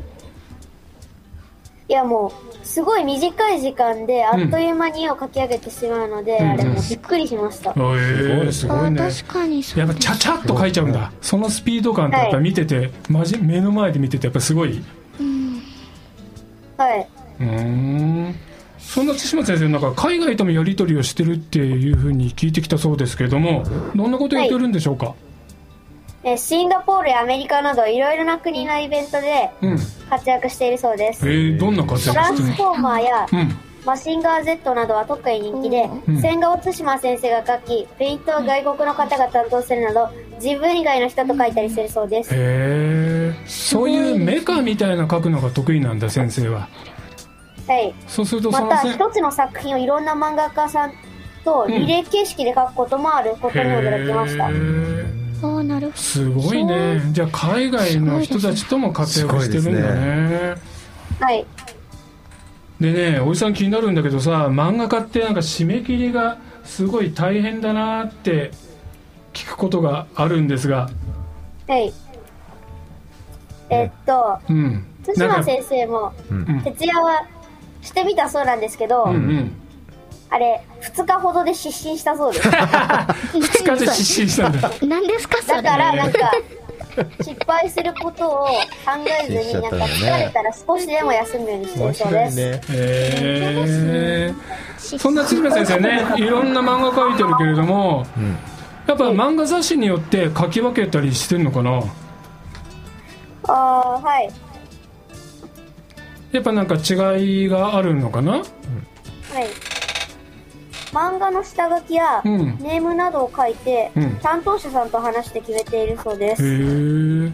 Speaker 4: いやもう、すごい短い時間であっという間に絵を描き上げてしまうので、
Speaker 1: うん
Speaker 4: あれもうびっくりしました
Speaker 1: え。ーすごいね
Speaker 5: 確かにそう
Speaker 1: やっぱちゃちゃっと描いちゃうんだそのスピード感ってやっぱ見ててまじ目の前で見ててやっぱすごい
Speaker 4: はい。
Speaker 1: うーんそんな千島先生なんか海外ともやり取りをしてるっていうふうに聞いてきたそうですけれどもどんなことやってるんでしょうか、
Speaker 4: えシンガポールやアメリカなどいろいろな国のイベントで
Speaker 1: うんえ
Speaker 4: 活躍しているそうです。
Speaker 1: ー、どんな活
Speaker 4: ト
Speaker 1: 躍
Speaker 4: ラン
Speaker 1: してる
Speaker 4: スフォーマーや
Speaker 1: のうん
Speaker 4: マシンガー Z などは特に人気で、
Speaker 1: うん
Speaker 4: 千賀対馬先生が書き、ペイントを外国の方が担当するなど、自分以外の人と書いたりするそうです。
Speaker 1: へえそういうメカみたいな書くのが得意なんだ先生は
Speaker 4: はい。
Speaker 1: そうするとそ
Speaker 4: ま
Speaker 1: の
Speaker 4: た、
Speaker 1: せ
Speaker 4: 一つの作品をいろんな漫画家さんとリレー形式で書くこともあることに驚きました。
Speaker 1: へえ
Speaker 5: あーなるほ
Speaker 1: すごいねじゃあ海外の人たちとも活躍してるんだ
Speaker 2: すご
Speaker 1: ね
Speaker 4: はい。
Speaker 1: でねおじさん気になるんだけどさ漫画家ってなんか締め切りがすごい大変だなって聞くことがあるんですが
Speaker 4: はい。えっと、
Speaker 1: うん
Speaker 4: 対
Speaker 1: な
Speaker 4: 馬
Speaker 1: んか
Speaker 4: 先生も
Speaker 2: うん、
Speaker 4: 徹夜はしてみたそうなんですけど、
Speaker 1: うんうん
Speaker 4: あれ、2日ほどで失神したそうです。
Speaker 1: 2日で 失神したんだ
Speaker 5: ど何ですかそ
Speaker 4: だ
Speaker 5: れ
Speaker 4: からなんか失敗することを考えずになんか疲れたら少しでも休むようにして
Speaker 2: 面
Speaker 4: るそう
Speaker 2: 白
Speaker 4: で
Speaker 2: い
Speaker 4: す、
Speaker 2: ね
Speaker 1: へえそんな辻村先生ねいろんな漫画描いてるけれども、やっぱ漫画雑誌によって書き分けたりしてるのかな
Speaker 4: ああーはい
Speaker 1: やっぱなんか違いがあるのかな
Speaker 4: はい漫画の下書きや
Speaker 1: うん
Speaker 4: ネームなどを書いて、
Speaker 1: うん
Speaker 4: 担当者さんと話して決めているそうで
Speaker 1: へ
Speaker 4: す、
Speaker 1: え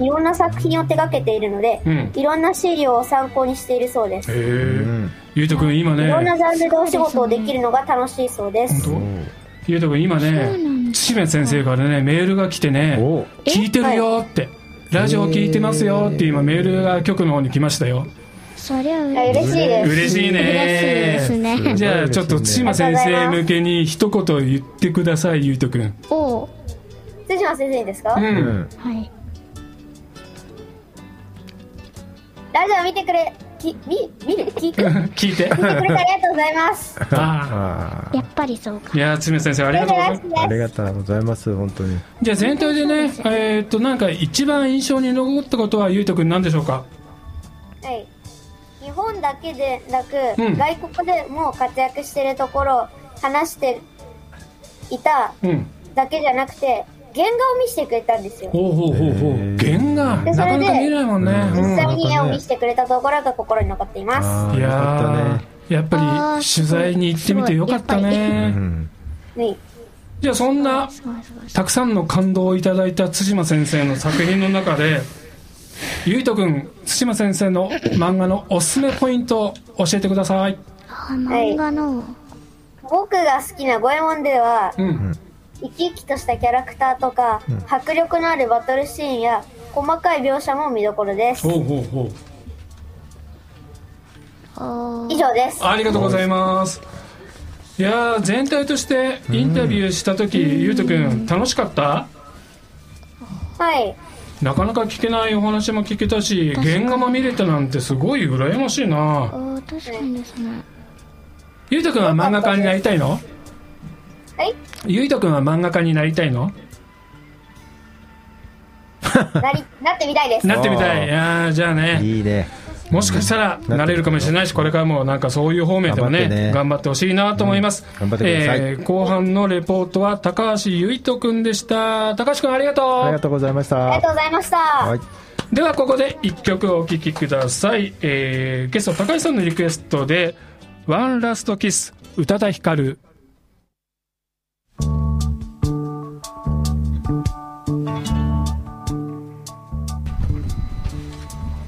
Speaker 4: いろんな作品を手掛けているので、
Speaker 1: うん
Speaker 4: いろんな資料を参考にしているそうです、
Speaker 1: へえ、
Speaker 2: うん
Speaker 1: ゆうとくん今
Speaker 4: いろんな
Speaker 1: ね
Speaker 4: ジャンルでお仕事をできるのが楽しいそうです
Speaker 1: 本当ゆうとくん今ね辻村先生からねメールが来てね
Speaker 2: お
Speaker 1: 「聞いてるよ」って「ラジオ聞いてますよ」って今メールが局の方に来ましたよ
Speaker 5: そりゃ
Speaker 4: あ
Speaker 5: 嬉しい
Speaker 4: 嬉しいです
Speaker 1: 嬉しいね
Speaker 5: 嬉しいですね
Speaker 1: じゃあちょっと対馬先生向けに一言言ってくださいゆうとくん
Speaker 5: おう
Speaker 4: 辻島先生にですか、
Speaker 1: う
Speaker 2: うんん
Speaker 5: はい
Speaker 4: ラジオ見てくれき見 見る聞く見てくれて
Speaker 1: 聞い て。
Speaker 4: ありがとうございます
Speaker 1: あ
Speaker 2: あ
Speaker 5: やっぱりそうか
Speaker 1: あ。いやー、つみ先生、ありがとうございます。
Speaker 2: あありがとうございます本当に
Speaker 1: じゃあ、全体でね、えーっと、なんか一番印象に残ったことは、ゆうとくん、なんでしょうか。
Speaker 4: はい、日本だけでなく、
Speaker 1: うん
Speaker 4: 外国でも活躍してるところを話していた
Speaker 1: うん。
Speaker 4: だけじゃなくて原画を見せてくれたんですよ
Speaker 1: ほうほうほうほ
Speaker 2: へ
Speaker 1: う。
Speaker 2: ー
Speaker 1: 原画、
Speaker 4: で
Speaker 1: な
Speaker 4: そ
Speaker 1: か
Speaker 4: れで
Speaker 1: なか見えないもんね。
Speaker 2: うん
Speaker 4: 実
Speaker 1: う
Speaker 4: 際に絵を見せてくれたところが心に残っています、
Speaker 2: あ
Speaker 1: ん。
Speaker 2: あ
Speaker 1: い
Speaker 2: よか
Speaker 1: や
Speaker 2: ったね
Speaker 1: ー、やっぱ
Speaker 5: あ
Speaker 1: り
Speaker 5: ー
Speaker 1: 取材に行ってみてよかった
Speaker 5: すごいやっ
Speaker 2: う
Speaker 1: ね。
Speaker 2: ん
Speaker 4: はい
Speaker 1: じゃあ、そんな
Speaker 5: すごいすごい
Speaker 1: たくさんの感動をいただいた対馬先生の作品の中で。ゆいとくん、対馬先生の漫画のおすすめポイントを教えてください。
Speaker 5: あー漫画の
Speaker 4: 僕が好きな五右衛門では
Speaker 1: うん。
Speaker 4: 生き生きとしたキャラクターとか、迫力のあるバトルシーンや細かい描写も見どころです
Speaker 1: ほうほうほう。
Speaker 5: あー
Speaker 4: 以上です
Speaker 1: ありがとうございます。いやー全体としてインタビューした時、ゆうとくん楽しかった
Speaker 4: はい
Speaker 1: なかなか聞けないお話も聞けたし
Speaker 5: 確かに
Speaker 1: 原画も見れたなんてすごい羨ましいな
Speaker 5: あー確かにですね
Speaker 1: ゆうとくんは漫画家になりたいの
Speaker 4: はい
Speaker 1: ゆいとくんは漫画家になりたいの
Speaker 4: なりなってみたいです
Speaker 1: なってみたいいやーじゃあね
Speaker 2: いいね
Speaker 1: もしかしたらなれるかもしれないしこれからもなんかそういう方面でもね
Speaker 2: 頑張
Speaker 1: 頑張っ
Speaker 2: ってね
Speaker 1: てほしいなと思います、
Speaker 2: うん頑張ってください
Speaker 1: ー後半のレポートは高橋唯斗くんでした高橋くんありがとう
Speaker 2: ありがとうございました
Speaker 4: ありがとうございました。
Speaker 2: はい
Speaker 1: ではここで一曲お聴きください、えー、ゲスト高橋さんのリクエストで「ワンラストキス宇多田ヒカル」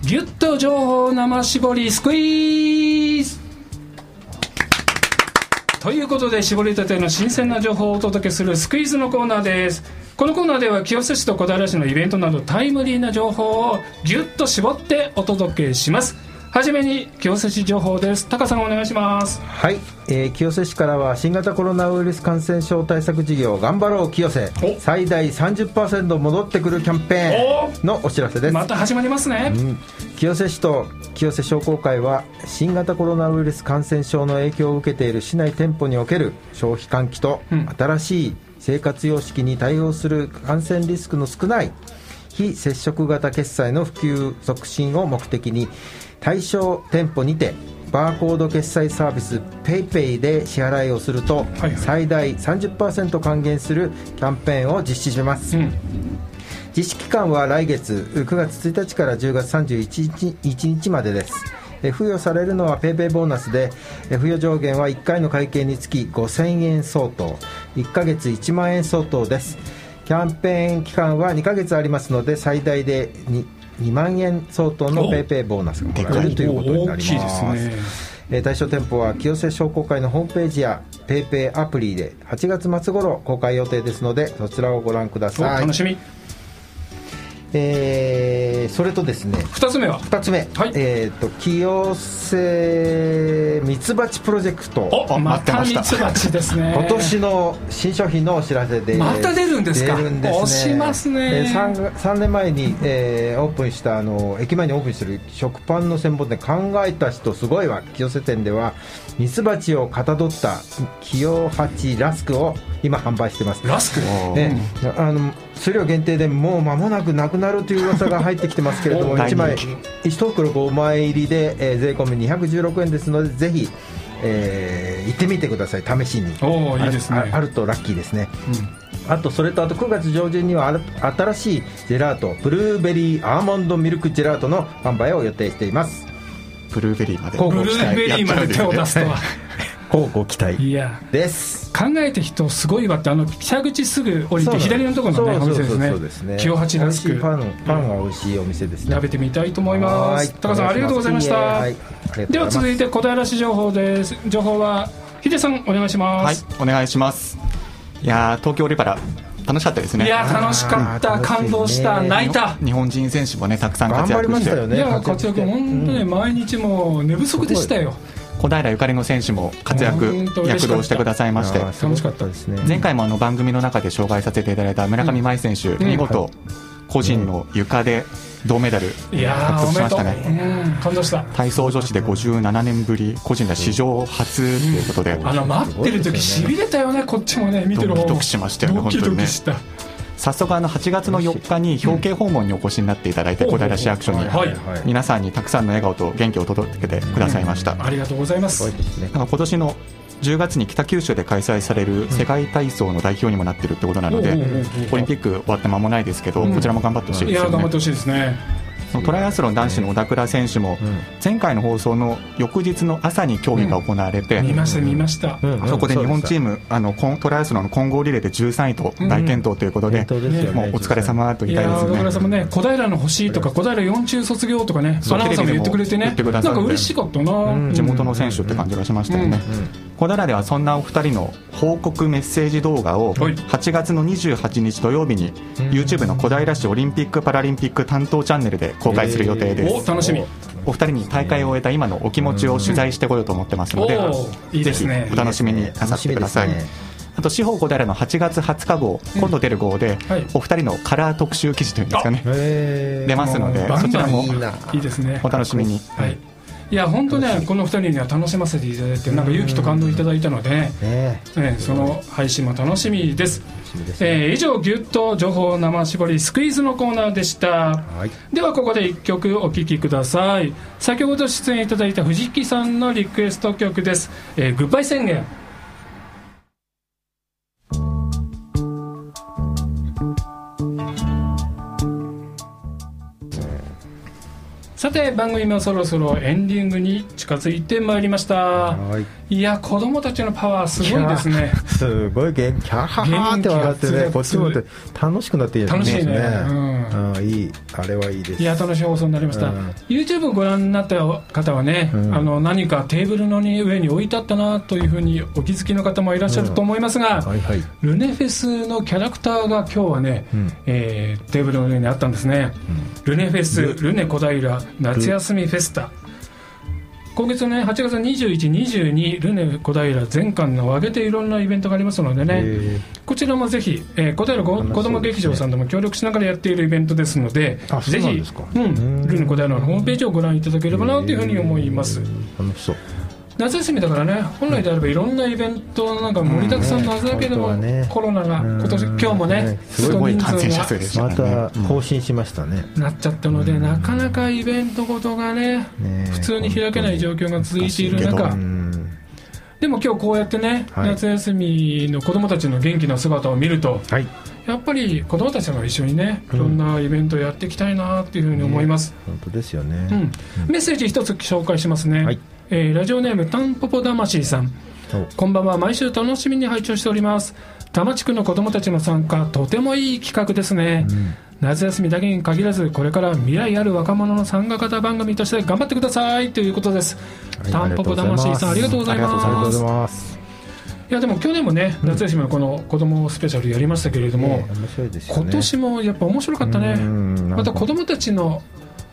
Speaker 1: ギュッと情報生絞りスクイーズということで絞りたての新鮮な情報をお届けするスクイーズのコーナーですこのコーナーでは清瀬市と小平市のイベントなどタイムリーな情報をギュッと絞ってお届けしますはじめに清瀬市情報です高さんお願いします
Speaker 2: はい、えー清瀬市からは新型コロナウイルス感染症対策事業頑張ろう清瀬
Speaker 1: お
Speaker 2: 最大30%戻ってくるキャンペーンのお知らせです、
Speaker 1: また始まりますね
Speaker 2: うん清瀬市と清瀬商工会は新型コロナウイルス感染症の影響を受けている市内店舗における消費喚起と
Speaker 1: うん
Speaker 2: 新しい生活様式に対応する感染リスクの少ない非接触型決済の普及促進を目的に対象店舗にてバーコード決済サービス PayPay で支払いをする
Speaker 1: は
Speaker 2: と
Speaker 1: いはい
Speaker 2: 最大30%還元するキャンペーンを実施します、
Speaker 1: うん
Speaker 2: 実施期間は来月9月1日から10月31日1日までですえー付与されるのは PayPay ボーナスでえー付与上限は1回の会計につき5000円相当1ヶ月1万円相当ですキャンペーン期間は2ヶ月ありますので最大で 2, 2万円相当の
Speaker 1: お
Speaker 2: PayPay ボーナスがもらえるということになります
Speaker 1: 大きいですね
Speaker 2: えー対象店舗は清瀬商工会のホームページや PayPay アプリで8月末頃公開予定ですのでそちらをご覧くだ
Speaker 1: お
Speaker 2: さい
Speaker 1: 楽しみ
Speaker 2: えーそれとですね
Speaker 1: 2つ目は
Speaker 2: 2つ目、
Speaker 1: はい
Speaker 2: えー、と清瀬ミツバチプロジェクト
Speaker 1: おまたミツバチですね
Speaker 2: 今年の新商品のお知らせで
Speaker 1: また出るんですか
Speaker 2: 出るんですね
Speaker 1: 押しますね
Speaker 2: えー 3, 3年前に、えーオープンしたあの駅前にオープンする食パンの専門店考えた人すごいわ清瀬店ではミツバチをかたどった清八ラスクを今販売してます
Speaker 1: ラスク
Speaker 2: ね、あの数量限定でもう間もなくなくなるという噂が入ってきてますけ れども
Speaker 6: お
Speaker 2: 1枚
Speaker 6: 大人
Speaker 2: 1袋5枚入りで、えー税込み216円ですのでぜひ、えー行ってみてください試しに
Speaker 1: おーいいですね
Speaker 2: あああるとラッキーですね、あとそれとあと9月上旬にはあら新しいジェラートブルーベリーアーモンドミルクジェラートの販売を予定しています
Speaker 6: ブルーベリーまで
Speaker 2: こう
Speaker 1: ブルーベリーまで手を出すとは
Speaker 2: 乞うご期待
Speaker 1: いや
Speaker 2: です
Speaker 1: 考えて人すごいわってあの北口すぐ降り
Speaker 2: そう
Speaker 1: て
Speaker 2: なん
Speaker 1: 左のところのねお
Speaker 2: そう
Speaker 1: 店
Speaker 2: そうそうそう
Speaker 1: で
Speaker 2: です
Speaker 1: す
Speaker 2: ね
Speaker 1: ね清八ラス
Speaker 2: 美味し
Speaker 1: ク
Speaker 2: いパンパンが美味しいお店ですね
Speaker 1: 食べてみたいと思います高さんありがとうございました
Speaker 2: はいありがとうございます
Speaker 1: では続いて小平市情報です情報はヒデさんお願いしま
Speaker 6: はい
Speaker 1: す、
Speaker 6: お願いしますいやー東京オリパラ楽しかったですね
Speaker 1: い、や楽しかった
Speaker 2: あー楽しいね
Speaker 1: 感動した泣いた
Speaker 6: 日本人選手もねたくさん
Speaker 2: 頑
Speaker 6: 活
Speaker 2: 張り
Speaker 6: 躍
Speaker 2: ま
Speaker 6: し
Speaker 2: した
Speaker 6: て
Speaker 2: よね
Speaker 1: いや活躍
Speaker 2: して
Speaker 1: 本当
Speaker 2: う
Speaker 1: ね
Speaker 2: ん
Speaker 1: 毎日もう寝不足でしたよ
Speaker 6: 小平ゆかりの選手も活躍
Speaker 1: 本当嬉しかった
Speaker 6: 躍動してくださいまして
Speaker 2: あーすごですね
Speaker 6: 前回もあの番組の中で紹介させていただいた村上舞選手、
Speaker 1: ん
Speaker 6: 見事個人の床で銅メダル
Speaker 1: いや
Speaker 6: 獲
Speaker 1: ーお
Speaker 6: 得し
Speaker 1: めで
Speaker 6: まし
Speaker 1: とう、
Speaker 6: たね
Speaker 1: うん感動した
Speaker 6: 体操女子で57年ぶり個人では史上初ということで、
Speaker 1: あの待ってる時しびれたよねこっちもね見てる方も
Speaker 6: ドキドキしましたよね
Speaker 1: ドキド
Speaker 6: 本当
Speaker 1: キ
Speaker 6: にね
Speaker 1: した
Speaker 6: 早速あの8月の4日に表敬訪問にお越しになっていただいて
Speaker 1: うん
Speaker 6: 小平市役所に
Speaker 1: はい
Speaker 2: はい
Speaker 6: 皆さんにたくさんの笑顔と元気を届けてくださいました
Speaker 1: ありがとうございます
Speaker 2: すごいですね
Speaker 6: なんか今年の10月に北九州で開催される世界体操の代表にもなってるってことなので、
Speaker 1: うんうんうんうん
Speaker 6: オリンピック終わって間もないですけど、こちらも頑張ってほしい
Speaker 1: い
Speaker 6: です
Speaker 1: や
Speaker 6: よ
Speaker 1: 頑張
Speaker 6: ね
Speaker 1: ってほしいですね
Speaker 6: そのトライアスロン男子の小田倉選手も前回の放送の翌日の朝に競技が行われて、
Speaker 1: 見ました見ました、
Speaker 2: うんうん
Speaker 6: あそこで日本チー
Speaker 2: ム
Speaker 6: ム、あのこんトライアスロンの混合リレーで13位と大健闘ということで、
Speaker 2: うんうん本当ですよね
Speaker 6: もうお疲れ様と言
Speaker 1: い
Speaker 6: いたい
Speaker 1: や
Speaker 6: で
Speaker 1: ー小倉さ
Speaker 6: す
Speaker 1: ん
Speaker 6: ね。
Speaker 1: もね小平の星とか小平四中卒業とかね
Speaker 6: そう
Speaker 1: アナウンサーも言ってくれて
Speaker 6: テレビで
Speaker 1: ね
Speaker 6: も言ってく
Speaker 1: な
Speaker 6: だ
Speaker 1: ん
Speaker 6: さって
Speaker 1: か嬉しかったな、
Speaker 6: 地元の選手って感じがしましたよね。小平ではそんなお二人の報告メッセージ動画を
Speaker 1: はい
Speaker 6: 8月の28日土曜日に YouTube の小平市オリンピック・パラリンピック担当チャンネルで公開する予定で
Speaker 1: お
Speaker 6: す。
Speaker 1: 楽しみ
Speaker 6: お二人に大会を終えた今のお気持ちを取材してこようと思ってますので、
Speaker 1: おーいいで
Speaker 6: ぜ
Speaker 1: す
Speaker 6: ひ
Speaker 1: ね
Speaker 6: お楽しみになさってください。
Speaker 2: 楽しみですね
Speaker 6: あと、司法小平の8月20日号、今度出る号で、
Speaker 1: はい
Speaker 6: お二人のカラー特集記事というんですかね、
Speaker 2: 出
Speaker 6: 出ますので
Speaker 1: バンバン、
Speaker 6: そちらも
Speaker 2: いいない
Speaker 1: いですね
Speaker 6: お楽しみに。
Speaker 1: はいいや本当ねこの2人には楽しませていただいてなんか勇気と感動いただいたので、
Speaker 2: ね
Speaker 1: えーその配信も楽しみですえー以上「ぎゅっと情報生絞りスクイズ」のコーナーでした、
Speaker 2: はい
Speaker 1: ではここで1曲お聴きください先ほど出演いただいた藤木さんのリクエスト曲です「えーグッバイ宣言」さて番組もそろそろエンディングに近づいてまいりました
Speaker 2: はい
Speaker 1: いや子供たちのパワーすごいですね
Speaker 2: すごい元気キャハハーって笑って
Speaker 1: 元
Speaker 2: ね
Speaker 1: 気
Speaker 2: こっちもって楽しくなっていい
Speaker 1: 楽しいねう
Speaker 2: うんいいあれはいいです
Speaker 1: いや楽しい放送になりました、
Speaker 2: うん
Speaker 1: YouTube ご覧になった方はね、
Speaker 2: ん
Speaker 1: あの何かテーブルの上に置いてあったなというふうにお気づきの方もいらっしゃると思いますが、
Speaker 2: はいはい
Speaker 1: ルネフェスのキャラクターが今日はね、
Speaker 2: うん
Speaker 1: えーテーブルの上にあったんですね、ルネフェスルネ小平夏休みフェスタ今月ね8月2122ルネ小平全館の挙げていろんなイベントがありますのでね、
Speaker 2: え
Speaker 1: こちらもぜひ、えー、小平ご子ども劇場さんとも協力しながらやっているイベントですので、
Speaker 2: あそう
Speaker 1: ぜ
Speaker 2: なん
Speaker 1: ひ
Speaker 2: ですか、
Speaker 1: うん、ルール小平のホームページをご覧いただければなというふうに思います。
Speaker 2: ー楽しそう
Speaker 1: 夏休みだからね、本来であればいろんなイベントなんか盛りだくさんのはずだけども、
Speaker 2: うんね本当はね
Speaker 1: コロナが
Speaker 2: うん
Speaker 1: 今年、今日もね
Speaker 2: ね、
Speaker 6: すごい感染者数
Speaker 1: が
Speaker 6: でした
Speaker 2: ま
Speaker 6: ね
Speaker 2: た更新しましたね
Speaker 1: なっちゃったので、なかなかイベントごとがね、
Speaker 2: ね
Speaker 1: 普通に開けない状況が続いている
Speaker 6: 難しいけ
Speaker 1: 中
Speaker 6: ど
Speaker 2: う、ん
Speaker 1: でも今日こうやってね、
Speaker 2: はい
Speaker 1: 夏休みの子どもたちの元気な姿を見ると、
Speaker 2: はい
Speaker 1: やっぱり子供たちも一緒にねいろんなイベントやっていきたいなっていうふうに思います、
Speaker 2: 本当ですよ
Speaker 1: うん
Speaker 2: ね
Speaker 1: メッセージ一つ紹介しますね、
Speaker 2: はい
Speaker 1: えーラジオネームたんぽぽ魂さん
Speaker 2: お
Speaker 1: こんばんは毎週楽しみに拝聴しております多摩地区の子供たちの参加とてもいい企画ですね、夏休みだけに限らずこれから未来ある若者の参加型番組として頑張ってくださいということです、
Speaker 2: はい
Speaker 1: たんぽぽ魂さんありがとうござい
Speaker 2: ありがとう
Speaker 1: ま
Speaker 2: ござ
Speaker 1: す
Speaker 2: います
Speaker 1: いやでも去年もね夏休みのこの子供スペシャルやりましたけれども、
Speaker 2: ね面白いですよね
Speaker 1: 今年もやっぱ面白かったね
Speaker 2: うんなんか
Speaker 1: また子どもたちの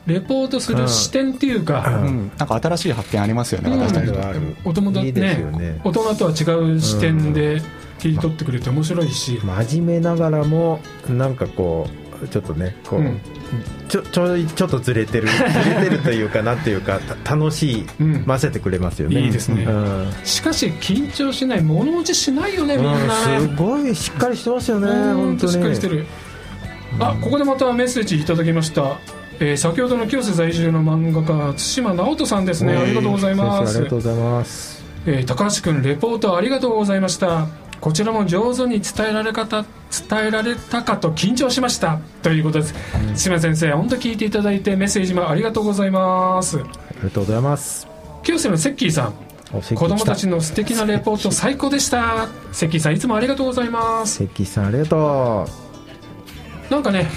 Speaker 1: レポートする視点っていうか、
Speaker 6: うん、なんか新しい発見ありますよね、
Speaker 1: うん
Speaker 6: 私たち
Speaker 2: あ
Speaker 6: の
Speaker 2: るある
Speaker 1: お友達
Speaker 2: いいですよね
Speaker 1: 大人とは違う視点で切り取ってくれて面白いし、
Speaker 2: 真面目ながらもなんかこうちょっとねこう、
Speaker 1: うん
Speaker 2: ちょちょいちょっとずれ てるずれてるというかなんていうかた楽しい、
Speaker 1: うん
Speaker 2: 混ぜてくれますよね
Speaker 1: いいですね
Speaker 2: うん、うん
Speaker 1: しかし緊張しない物落ちしないよねみんな
Speaker 2: す
Speaker 1: ね
Speaker 2: ごいしっかりしてますよね
Speaker 1: うん
Speaker 2: 本当に
Speaker 1: しっかりしてるあここでまたメッセージいただきました、えー先ほどの清瀬在住の漫画家対馬直人さんですねありがとうございま
Speaker 2: 先生あ
Speaker 1: す
Speaker 2: りがとうございます
Speaker 1: えー高橋君レポートありがとうございましたこちらも上手に伝えられ方伝えられたかと緊張しましたということです志村先生本当聞いていただいてメッセージもありがとうございます
Speaker 2: ありがとうございます
Speaker 1: 清瀬のセッキーさん
Speaker 2: お関
Speaker 1: 子供たち
Speaker 2: の
Speaker 1: の素敵なレポート最高でしたセッキーさんいつもありがとうございます
Speaker 2: 関さんありがと
Speaker 1: なんかね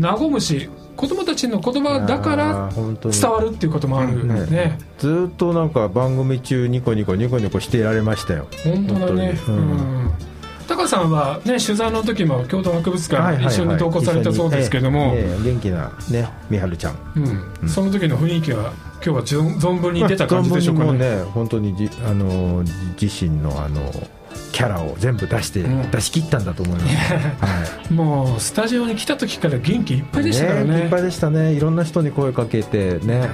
Speaker 1: 和むし子供たちの言葉
Speaker 2: う
Speaker 1: だか
Speaker 2: あー
Speaker 1: ら
Speaker 2: 本当に
Speaker 1: 伝わるっていうこともある
Speaker 2: ね
Speaker 1: ね
Speaker 2: ずーっとなんか番組中ニコニコニコニコしていられましたよ
Speaker 1: 本当だね
Speaker 2: 本当にうん
Speaker 1: うん高さんはね取材の時も京都博物
Speaker 2: はいはい
Speaker 1: 館
Speaker 2: はい
Speaker 1: 一緒に同行されたそうですけども、
Speaker 2: 一緒にええええ元気なねみはるちゃん
Speaker 1: うん、その時の雰囲気は今日はじゅん存分に出た感じでしょうか
Speaker 2: 存分
Speaker 1: ね。
Speaker 2: にもうね本当にじあの自身のあのキャラを全部出して、
Speaker 1: うん
Speaker 2: 出し切ったんだと思います、 は
Speaker 1: もうスタジオに来た時から元気いっぱいでしたからね。
Speaker 2: いっぱいでしたねいろんな人に声かけてね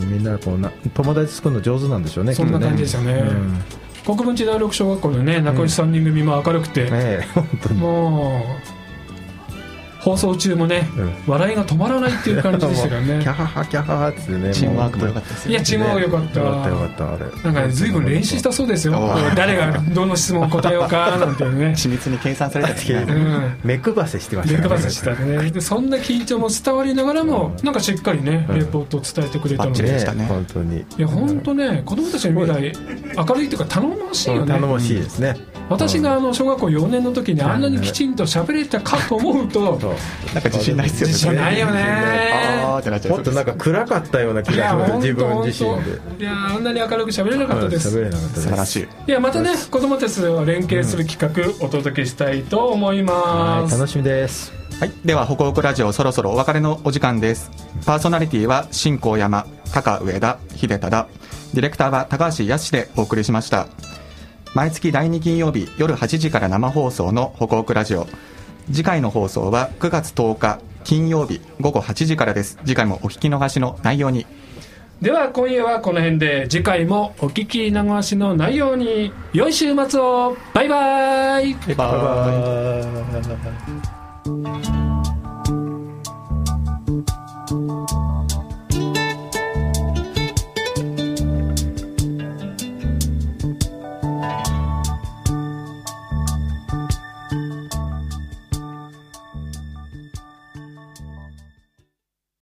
Speaker 2: おみんなこうな友達作るの上手なんでしょうね
Speaker 1: そんな
Speaker 2: きっと
Speaker 1: 感じでしたね。
Speaker 2: うん
Speaker 1: 国分寺第六小学校のね仲良し3人組も明るくて、
Speaker 2: ええ 本当に
Speaker 1: もう放送中もね、
Speaker 2: うん
Speaker 1: 笑いが止まらないっていう感じでしたから
Speaker 2: もうキャ
Speaker 1: ね。
Speaker 2: ハハキャハハっつってね
Speaker 6: チームワークも良か
Speaker 2: っ
Speaker 6: ったです
Speaker 1: いやチームワーク良かった。
Speaker 2: よかったよかったあれ
Speaker 1: なんかね随分練習したそうですよ
Speaker 6: おー。
Speaker 1: 誰がどの質問答えようかなんていう ね。
Speaker 6: 緻密に計算されたんです
Speaker 1: う
Speaker 6: ね
Speaker 1: ん。
Speaker 2: 目くばせしてました
Speaker 1: レ
Speaker 2: ね
Speaker 1: ッドバスした ねでそんな緊張も伝わりながらもなんかしっかりねレポートを伝えてくれたの
Speaker 6: バッチリ
Speaker 1: で
Speaker 6: でしたね
Speaker 2: ええ本当に
Speaker 1: いや本当ね子供たちの未来明るいというか頼もしいよ
Speaker 2: 頼
Speaker 1: ね
Speaker 2: もしいですね、
Speaker 1: 私があの小学校4年の時にあんなにきちんと喋れたかと思うと
Speaker 2: そう
Speaker 6: なんか自信ないっすよね
Speaker 1: 自信ないよね
Speaker 6: あーってなっちゃい
Speaker 2: も
Speaker 6: そ
Speaker 2: っ
Speaker 6: うで
Speaker 2: と
Speaker 6: す
Speaker 2: なんか暗かったような気
Speaker 1: いや
Speaker 2: がします
Speaker 1: 本
Speaker 2: 自
Speaker 1: 当
Speaker 2: 分
Speaker 1: 本
Speaker 2: 自身で
Speaker 1: 当いやあんなに明るく喋れなかったです
Speaker 2: 喋れなかったで
Speaker 6: 素
Speaker 2: す
Speaker 6: 晴らしい
Speaker 1: いやまたね子供たちと連携する企画お届けしたいと思いま
Speaker 2: はい
Speaker 1: す
Speaker 2: 楽しみです
Speaker 6: はい、では「ホクホクラジオ」そろそろお別れのお時間ですパーソナリティは新高山高上田秀忠ディレクターは高橋康でお送りしました毎月第2金曜日夜8時から生放送の「ホクホクラジオ」次回の放送は9月10日金曜日午後8時からです次回もお聞き逃しの内容に
Speaker 1: では今夜はこの辺で次回もお聞き流しの内容に良い週末をバイバイ
Speaker 6: バイバイ
Speaker 2: イ